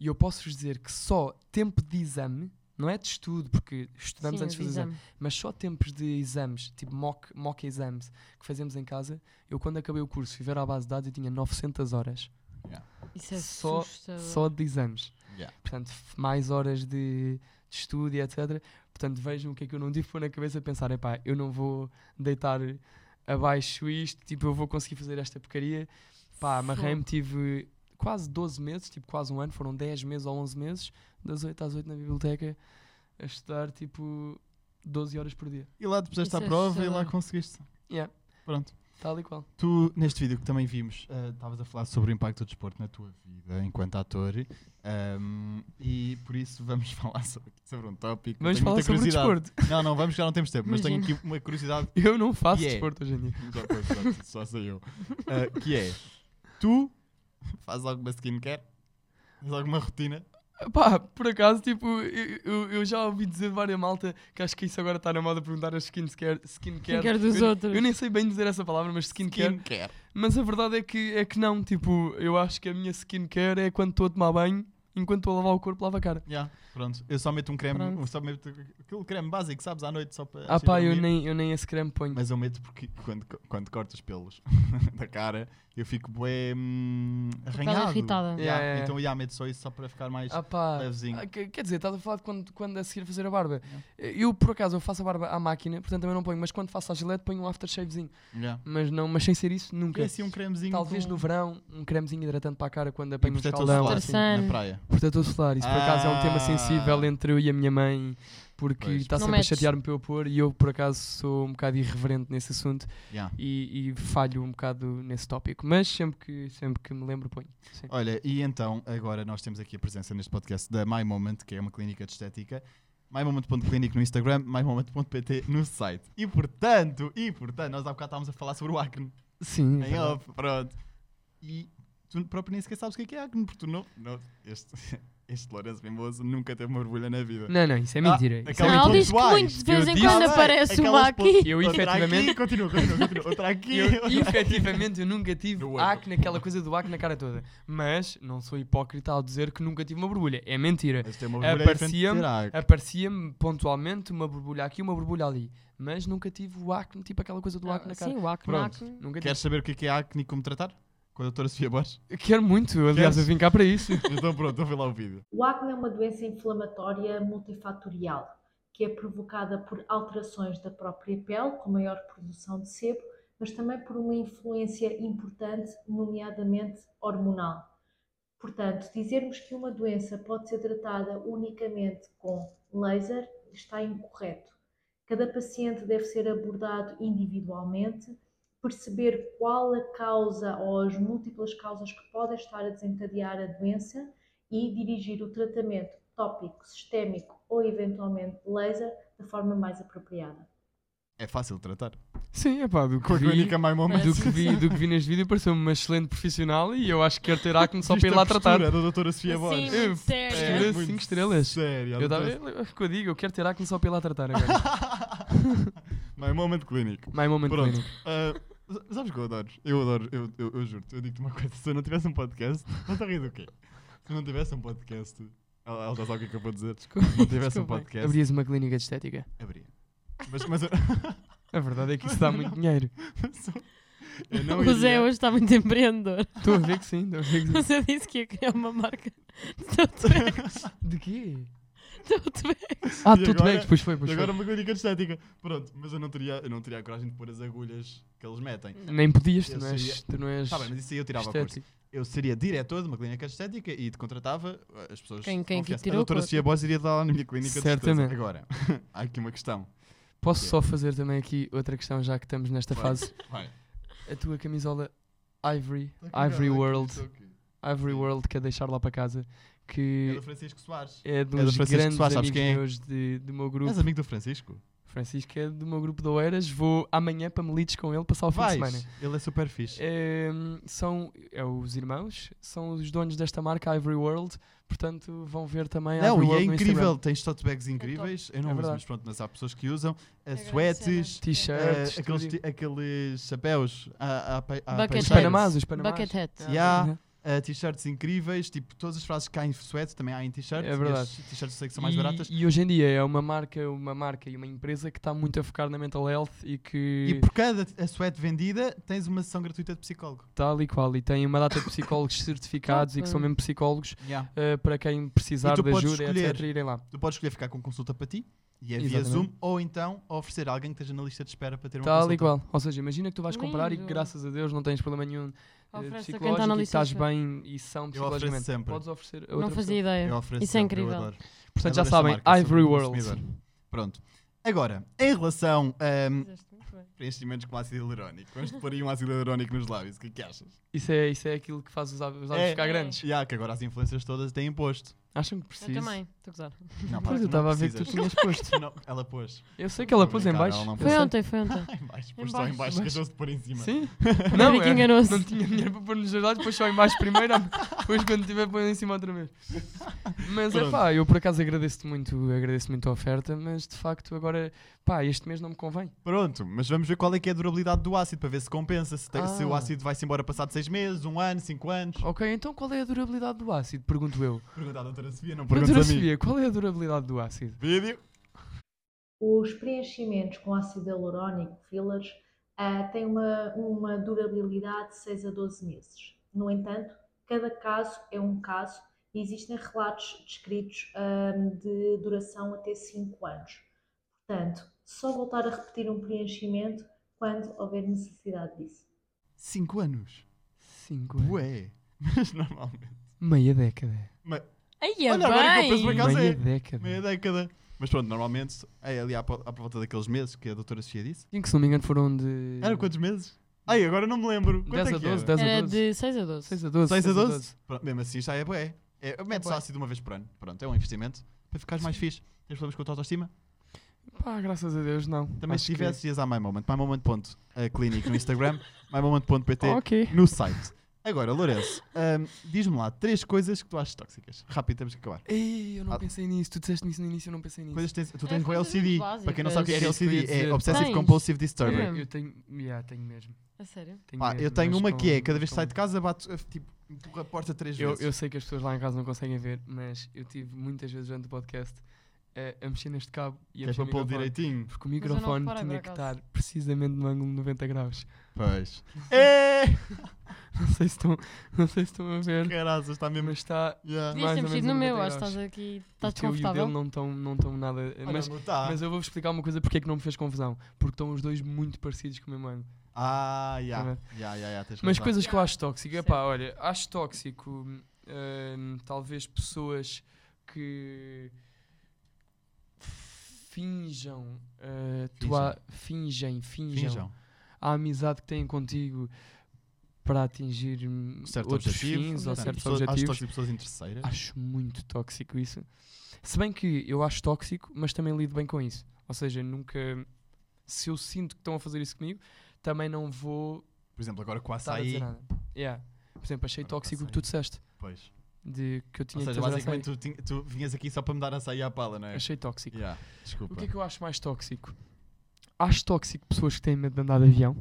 E eu posso-vos dizer que só tempo de exame, não é de estudo, porque estudamos Sim, antes de o fazer exame. exame. mas só tempos de exames, tipo mock, mock exams, que fazemos em casa, eu quando acabei o curso, fizeram à base de dados, eu tinha 900 horas Isso é Só- assustador. só de exames. Yeah. Portanto, f- mais horas de, de estudo e etc. Portanto, vejam o que é que eu não tive foi na cabeça a pensar, epá, eu não vou deitar abaixo isto, tipo, eu vou conseguir fazer esta porcaria. Pá, amarrei-me, tive quase 12 meses, tipo quase um ano, foram 10 meses ou 11 meses, das 8 às 8 na biblioteca, a estudar tipo 12 horas por dia. E lá depois Isso à é prova e lá assustador. conseguiste. Yeah. Pronto. Tal e qual. Tu, neste vídeo que também vimos, ah, estavas a falar sobre o impacto do desporto na tua vida enquanto ator. ahm, e por isso vamos <laughs> falar sobre, sobre um tópico. que Vamos tenho falar muita sobre o curiosidade. desporto. Não, não, vamos, já não temos tempo, mas tenho aqui Imagina. uma curiosidade Eu não faço Yeah. desporto hoje em dia. <laughs> Só coisa, só- só sei eu. Ah, que é, tu fazes alguma skincare? Fazes alguma rotina? Pá, por acaso, tipo, eu, eu- eu já ouvi dizer várias malta que acho que isso agora está na moda perguntar a skincare. Skincare, Skincare dos eu, outros. Eu nem sei bem dizer essa palavra, mas skincare. Mas a verdade é que, é que não, tipo, eu acho que a minha skincare é quando estou a tomar banho enquanto estou a lavar o corpo, lavo a cara. Yeah, pronto. Eu só meto um creme, Pronto. eu só meto aquele creme básico, sabes, à noite só para. Ah pá, cheirar eu bonito. nem, eu nem esse creme ponho. Mas eu meto porque quando, co- quando corto os pelos <laughs> da cara, eu fico bué hum, arranhado. irritada. Yeah, Yeah, yeah. Então, já, meto só isso só para ficar mais. Ah pá, levezinho. ah, que- quer dizer, estás a falar de quando, quando a seguir a fazer a barba. Eu, por acaso, eu faço a barba à máquina, portanto também não ponho, mas quando faço a gilete ponho um aftershavezinho. Yeah. Mas não, mas sem ser isso, É nunca. assim um cremezinho. Talvez com... no verão, um cremezinho hidratante para a cara quando e apanho um protetor escaldão. solar ou assim, Assim. na Tarzan. praia. Protetor solar, isso por acaso é um tema Ah. sensível entre eu e a minha mãe, porque Pois. está Não sempre a metes. chatear-me para eu pôr e eu por acaso sou um bocado irreverente nesse assunto Yeah. e, e falho um bocado nesse tópico. Mas sempre que, sempre que me lembro ponho. Sim. Olha, e então agora nós temos aqui a presença neste podcast da My Moment, que é uma clínica de estética. MyMoment.clinic no Instagram, mymoment.pt no site. E portanto, e portanto, nós há bocado estávamos a falar sobre o acne. Sim, é Em verdade. off, pronto. E tu próprio nem sequer sabes o que é que é acne, porque tu não. não este, <laughs> este Lourenço Mimoso nunca teve uma orgulha na vida. Não, não, isso é Ah, mentira. isso é aquela- mentira. Não, ele diz que pontuais. muito de vez Eu em disse- Ah, quando bem, aparece uma aquelas aqui. pon- Eu, outra efetivamente- aqui, Continua, continua, continua. Outra aqui. Eu, outra aqui. efetivamente, eu nunca tive No olho. acne, aquela coisa do acne na cara toda. Mas não sou hipócrita ao dizer que nunca tive uma borbulha. É mentira. Mas tem uma orgulha em frente de Aparecia-me ter acne. aparecia pontualmente uma borbulha aqui uma borbulha ali. Mas nunca tive o acne, tipo aquela coisa do acne na cara. Ah, Sim, o acne. Pronto, acne. nunca tive. Queres saber o que é que é acne e como tratar? Com a doutora Sofia Borges? Quero muito, aliás, Queres? eu vim cá para <laughs> isso. Então pronto, ouve lá o vídeo. O acne é uma doença inflamatória multifatorial, que é provocada por alterações da própria pele, com maior produção de sebo, mas também por uma influência importante, nomeadamente hormonal. Portanto, dizermos que uma doença pode ser tratada unicamente com laser está incorreto. Cada paciente deve ser abordado individualmente, perceber qual a causa ou as múltiplas causas que podem estar a desencadear a doença e dirigir o tratamento tópico, sistémico ou eventualmente laser da forma mais apropriada. É fácil de tratar. Sim, é pá, do Com que a vi. clínica My Moment. Do que, vi, do que vi neste vídeo, pareceu-me uma excelente profissional e eu acho que quero ter <laughs> acne só Viste para ir a lá tratar. é postura da doutora Sofia Sim, Borges. Eu- muito sério. postura, cinco estrelas. Sério. a Eu doutora- tava, é o que eu digo, eu quero ter acne só para ir lá tratar agora. <laughs> um My Moment Clinic. My moment Pronto. Clinic. Ah, s- sabes que eu adoro? Eu adoro, eu, eu, eu juro-te, eu digo-te uma coisa, se eu não tivesse um podcast, não está a rir do quê? Se eu não tivesse um podcast, ela, ela já sabe o que é que eu vou dizer, se Desculpa. eu não tivesse um Desculpa. podcast, Abrias uma clínica de estética. abria. Mas, mas eu, <laughs> A verdade é que isso dá muito dinheiro. mas eu- <laughs> eu não O Zé iria- hoje está muito empreendedor. <laughs> Estou a ver que sim, estou a ver que O sim. Zé disse que ia criar uma marca <laughs> de tatuagens. De quê? Tatuagens. Ah, E tudo agora- bem, pois foi, pois <laughs> E agora foi. uma clínica de estética. é, tipo, Pronto, mas eu não teria, eu não teria a coragem de pôr as agulhas que eles metem. Nem podias, tu Eu não és, seria- tu não és Está bem, mas isso aí eu tirava a curso. estético. Eu seria diretor de uma clínica de estética e te contratava uh, as pessoas. Quem- de quem que confiança. tirou A doutora a cor- Sofia Borges iria lá na minha clínica de certeza. Certamente. Agora, <laughs> há aqui uma questão. Posso só fazer também aqui outra questão, já que estamos nesta Vai. fase. Vai. A tua camisola Ivory, Tá Ivory World, Ivory World, que é deixar lá para casa, É que do Francisco Soares. é de É do uns Francisco grandes Soares, sabes amigos quem é? meus de, do meu grupo. És amigo do Francisco? Francisco é do meu grupo de Oeiras. Vou amanhã para Melides com ele passar o fim de semana. Ele é super fixe. Ehm, são é, os irmãos, são os donos desta marca Ivory World, portanto vão ver também Não, Ivory e é World no incrível. Instagram. Tens tote bags incríveis. Eu não É uso, verdade. mas pronto, mas há pessoas que usam. Uh, Agradecemos. Suetes. T-shirts, uh, aqueles, tudo. ti- aqueles chapéus a, a, a, Bucket os T-shirts. Panamás, os Panamás. Bucket hat. Ah, Yeah. Uh, t-shirts incríveis, tipo, todas as frases que cá em suéte também há em t-shirt. É verdade. E as T-shirts eu sei que são mais E- baratas. E hoje em dia é uma marca, uma marca e uma empresa que está muito a focar na mental health e E que por cada a suéte vendida, tens uma sessão gratuita de psicólogo. tal e qual. E tem uma data <laughs> de psicólogos certificados e que são Opa. mesmo psicólogos eh, para quem E precisar tu de podes ajuda, etc. escolher. Irem lá. É Tu podes escolher ficar com consulta para ti, e é via Exatamente. Zoom, ou então oferecer a alguém que esteja na lista de espera para ter uma Tal consulta. e qual. Ou seja, imagina que tu vais comprar e que Lindo. graças a Deus não tens problema nenhum eh, Oferece a quem está na psicológico e que lista de estás bem e são psicologicamente. sempre. Podes oferecer a É outra Não pessoa. fazia ideia. Eu ofereço Isso é sempre, eu incrível. adoro. Portanto, já Adoro esta sabem, marca, sou Ivory um World. consumidor. Pronto. Agora, em relação a hum, preenchimentos com ácido hialurónico, vamos pôr aí um ácido hialurónico nos lábios, o que é que achas? Isso é, isso é aquilo que faz os hábitos É. ficar grandes. E há que agora as influências todas têm imposto. Acham que preciso? Eu também, estou a gozar. Não, pá, Pois, eu não estava a ver que tu precisas. tinhas posto. Não, ela pôs. Eu sei que ela Tô pôs em brincando, baixo. ela não eu pôs. Foi sei. ontem, foi ontem. Ah, em baixo, pôs só em Em baixo, baixo. esqueceu-se de pôr em <laughs> cima. Sim? Não, é, enganou-se. não tinha dinheiro para pôr nos dois lados, depois só em baixo primeiro, depois quando tiver põe em cima outra vez. Mas é Pronto. pá, eu por acaso agradeço-te muito, agradeço muito a oferta, mas de facto agora, pá, este mês não me convém. Pronto, mas vamos ver qual é que é a durabilidade do ácido para ver se compensa, se, te- se o Ah. ácido vai-se embora passado 6 meses, 1 ano, 5 anos. Ok, então qual é a durabilidade do ácido? Pergunto eu. Pergunta à doutora Sofia, não perguntes Doutora a mim. Sofia, qual é a durabilidade do ácido? Vídeo. Os preenchimentos com ácido hialurónico, fillers, ah, têm uma, uma durabilidade de 6 a 12 meses. No entanto, cada caso é um caso e existem relatos descritos ah, de duração até 5 anos. Portanto, só voltar a repetir um preenchimento quando houver necessidade disso. 5 anos. 5 Ué. <laughs> Mas normalmente. Meia década. Ai, é Olha, agora que eu penso bem. Por acaso Meia é. década. Meia década. Mas pronto, normalmente é ali à, po- à volta daqueles meses que a doutora Sofia disse. Em que se não me engano foram de. Era quantos meses? Ai, agora não me lembro. Quanto 10 é a que 12, era? 10 a Era 12. de 6 a 12. 6 a 12. 6 a 12? Pronto, mesmo assim já é bué. É, Mete-se bué. ácido uma vez por ano. Pronto, é um investimento para ficares mais fixe. Tens problemas com a tua autoestima? Pá, graças a Deus não. Também Acho é. se tivesse, ias à MyMoment. MyMoment.clinic <laughs> no Instagram, mymoment.pt Que... é. Ok. no site. Agora, Lourenço, hum, diz-me lá três coisas que tu achas tóxicas. Rápido, temos que acabar. Ei, eu não Ah. pensei nisso. Tu disseste nisso no início, eu não pensei nisso. Coisas que tens, tu tens É, o coisas LCD. muito Para quem não sabe o que é básicas. Isso que eu ia LCD, é dizer. Obsessive Tens? Compulsive Eu- Disturbing. Eu tenho. Yeah, tenho mesmo. A sério? Tenho Tá Pá, mesmo, eu tenho mas uma com- que é, cada vez que com- saio de casa, bato, eh, tipo, empurro a porta três Eu, vezes. eu sei que as pessoas lá em casa não conseguem ver, mas eu tive muitas vezes durante o podcast eh, a mexer neste cabo e a Queres mexer é para no pôr microfone, direitinho? Porque eu o não microfone reparei, tinha por que acaso. estar precisamente no ângulo de 90 graus. <laughs> Pois. É! Não sei se estão, não sei se estão a ver, Caraças, está mesmo. mas está. Yeah. Devias Mais ter ou mexido menos no um meu, metro acho que abaixo. estás aqui. O Estás teu e o dele desconfortável? não estão não estão nada. eh, Mas, Mas, tá. mas eu vou-vos explicar uma coisa porque é que não me fez confusão. Porque estão os dois muito parecidos com o meu mano. Ah, Tá já. Yeah. bem. Yeah, yeah, yeah, tens Mas razão. coisas que eu acho tóxico, é Certo. pá, olha, acho tóxico hum, talvez pessoas que finjam, uh, tua- fingem, finjam, Finjam. a amizade que têm contigo para atingir hum, Um certo outros objetivo. fins ou portanto, certos pessoas- Acho objetivos. Ah. tóxico pessoas em terceira. Acho muito tóxico isso. Se bem que eu acho tóxico, mas também lido bem com isso. Ou seja, nunca. Se eu sinto que estão a fazer isso comigo, também não vou Por exemplo, agora com a estar a açaí. dizer ah, nada. Yeah. Por exemplo, achei Agora tóxico o que açaí. tu disseste. Pois. De que eu Ah, Ou tinha que seja, trazer basicamente açaí. tu, tin- tu vinhas aqui só para me dar açaí à pala, não é? Achei tóxico. Yeah. Desculpa. O que é que eu acho mais tóxico? Acho tóxico pessoas que têm medo de andar de avião.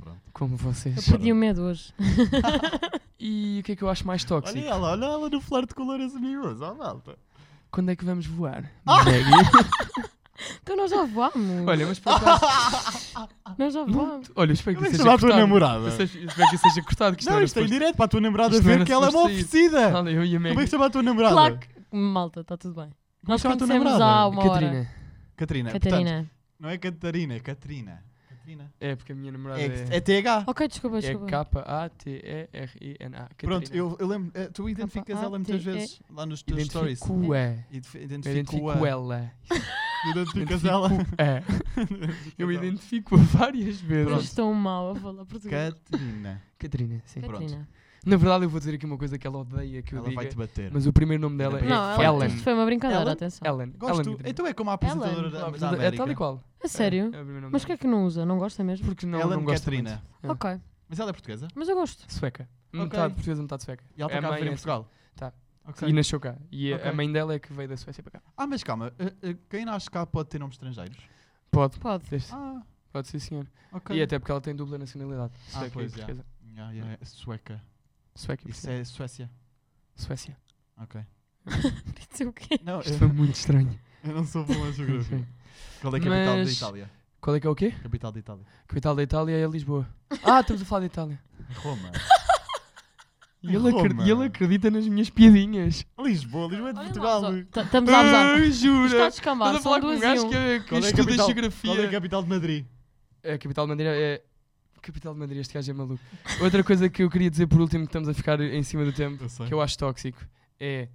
Pronto. Como Eu vocês. perdi o medo hoje. <laughs> E o que é que eu acho mais tóxico? Olha ela, olha ela no flerte com louras amigos, ó malta. Quando é que vamos <laughs> voar? Ah! Então nós já voámos. Olha, mas por acaso. <laughs> Nós já voámos. Olha, espero Como que é isso seja que chama a tua cortado. namorada? Eu sei- Espero que isso seja cortado. Que isto Não, era isto é em suposto- direto para a tua namorada Isto não ver era que ela é uma suposto sair. oferecida. Olha, eu e a Como é Megan. que se chama a tua namorada? Claro que. Malta, está tudo bem. Nós chama a tua conhecemos namorada? há uma hora. Catarina. Catarina. Portanto, Catarina. não é Catarina, é Catrina. Catrina. É, porque a minha namorada É, é. é TH. Ok, desculpa, É desculpa. K-A-T-E-R-I-N-A. Pronto, Catarina. eu, eu lembro. eh, Tu identificas Ah, ela muitas T, E. vezes lá nos teus stories. Identifico-a. Identifi- Eu Identifico-a. identifico ela. Tu Identificas ela. <laughs> <laughs> É. Eu identifico várias Eu vezes. estou mal a falar português. Catarina. Catarina, sim. Pronto. Catarina. Na verdade, eu vou dizer aqui uma coisa que ela odeia <laughs> que eu Ela diga, vai-te bater. mas o primeiro nome dela é Não, ela- Ellen. Isto foi uma brincadeira, Ellen? atenção. Ellen. Gosto. Ellen Catarina. Então é como a apresentadora Ellen. da, Não, da mas é- É América. tal e qual. A sério? É, é o primeiro nome Mas o que dela. é que não usa? Não gosta mesmo? Porque não, Ellen não gosta Catarina. muito. É. Ok. Mas ela é portuguesa? Mas eu gosto. Sueca. Ok. Metade portuguesa, metade sueca. E ela É está cá mãe fora em é Portugal? Tá. Ok. E nasceu cá. E a- Ok. a mãe dela é que veio da Suécia para cá. Ah, mas calma. eh, eh, quem nasce cá pode ter nomes estrangeiros? Pode. Pode. <laughs> Desde- Ah, Pode ser, senhor. ok. Ah, E até porque ela tem dupla nacionalidade. Sueca e pois, já. portuguesa. Yeah, é yeah, é Sueca. Sueca e Isso portuguesa. é Suécia. Suécia. Ok. Disse o quê? Não, Isto foi muito estranho. <laughs> eu não sou bom Sim. a geografia. Qual é a capital Mas- da Itália? Qual é que é o quê? Capital da Itália. Capital da Itália é <laughs> Lisboa. Ah, estamos a falar de Itália. Roma. E ele, acre- Roma. e ele acredita nas minhas piadinhas. Lisboa, Lisboa é de Portugal. Estamos a abusar. Ai, Isto Está a jura! descambar. Estás São a falar com um duas gajo e um. que, é- que Qual é a estuda capital? geografia. Qual é a capital de Madrid? a... capital de Madeira é. Capital de Madeira, este gajo é maluco. Outra coisa que eu queria dizer por último, que estamos a ficar em cima do tempo, Eu sei. que eu acho tóxico, é.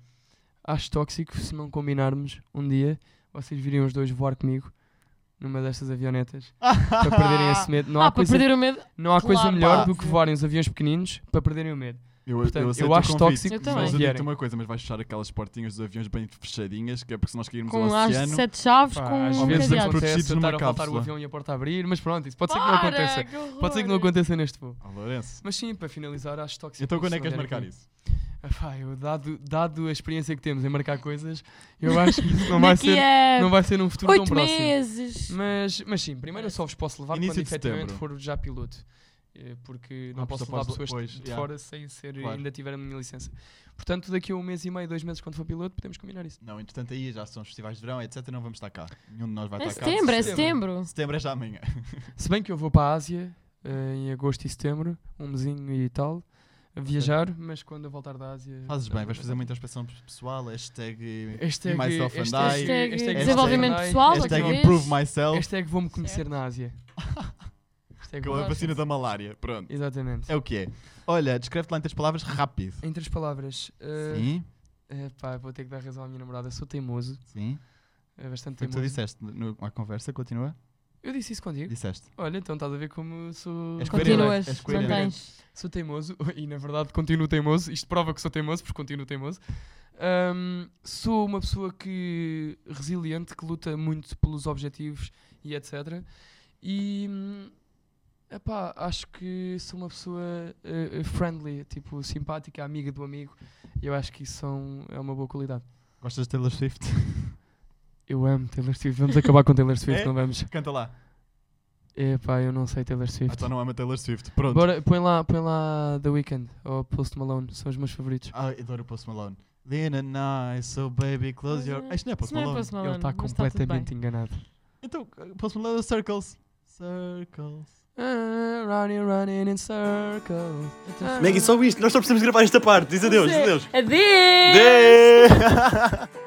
Acho tóxico se não combinarmos um dia, vocês virem os dois voar comigo numa destas <laughs> avionetas para perderem esse medo. Não Ah, há para coisa perder o medo. Não há coisa Claro, melhor pá. do que voarem os aviões pequeninos para perderem o medo. Eu, Portanto, eu, aceito eu acho o convite, tóxico Eu que também. Mas eu vierem. digo-te uma coisa, mas vais fechar aquelas portinhas dos aviões bem fechadinhas, que é porque se nós cairmos Com ao as de oceano, sete chaves, Pá, com às um vezes cadeado. acontece- protegidos eu numa estar a faltar o cápsula. avião e a porta a abrir, mas pronto, isso pode ser que não aconteça. Pode ser que não aconteça neste voo. Ah, Lourenço. Mas sim, para finalizar, acho tóxico. Então quando é se que queres não vierem aqui. marcar isso? Ah, pá, eu, dado, dado a experiência que temos em marcar coisas, eu acho que isso não vai Daqui ser, a não vai ser num futuro tão oito próximo. meses. Mas, mas sim, primeiro eu só vos posso levar Início quando de efetivamente setembro. for já piloto. Eh, Porque não Ah, posso só levar podes- pessoas pois, de yeah. fora sem ser, Claro. ainda tiver a minha licença. Portanto, daqui a um mês e meio, dois meses, quando for piloto, podemos combinar isso. Não, entretanto aí já são os festivais de verão, etc. Não vamos estar cá. Nenhum de nós vai É estar cá. setembro, é setembro. setembro. Setembro é já amanhã. Se bem que eu vou para a Ásia eh, em agosto e setembro, um mesinho e tal, a viajar, mas quando eu voltar da Ásia. Fazes bem, vais eh, fazer muita expressão pessoal, hashtag, Este é be myself que- este and é I, que- Hashtag hashtag desenvolvimento hashtag- pessoal, hashtag hashtag outra vez. improve myself, Esta é que vou-me conhecer na Ásia. Esta é que que é vou- a vacina da malária. Pronto. Exatamente. É o que é. Olha, descreve-te lá em três palavras rápido. Em três palavras. eh, Sim, eh, pá, vou ter que dar razão à minha namorada. Sou teimoso. sim. É bastante Foi o que tu teimoso. disseste no- na conversa, continua? Eu disse isso contigo. Disseste. Olha, então estás a ver como sou. És coerente. é Continuas, És coerente. mantens. Sou teimoso <laughs> e na verdade continuo teimoso. Isto prova que sou teimoso, porque continuo teimoso. Ahm, sou uma pessoa que resiliente, que luta muito pelos objetivos e etc. E hum, epá, acho que sou uma pessoa eh, eh, friendly, tipo simpática, amiga do amigo. E eu acho que isso são, é uma boa qualidade. Gostas de Taylor Swift? <laughs> Eu amo Taylor Swift. Vamos acabar com Taylor Swift, <laughs> É? não vamos? Canta lá. Epá, eu não sei Taylor Ah, Swift. então não ama Taylor Swift. Pronto. Bora, põe lá, põe lá The Weeknd ou Post Malone, são os meus favoritos. Ah, adoro o Post Malone. Lean and I, so baby, close your... Ah, isto não é Isso Post não é Malone. Post Malone, Ele está mas tudo bem. completamente enganado. Então, Post Malone é Circles. Circles. Ah, Running, running in circles. Ah, Maggie, só isto. Nós só precisamos gravar esta parte. Diz adeus, diz adeus. Adeus! Adeus!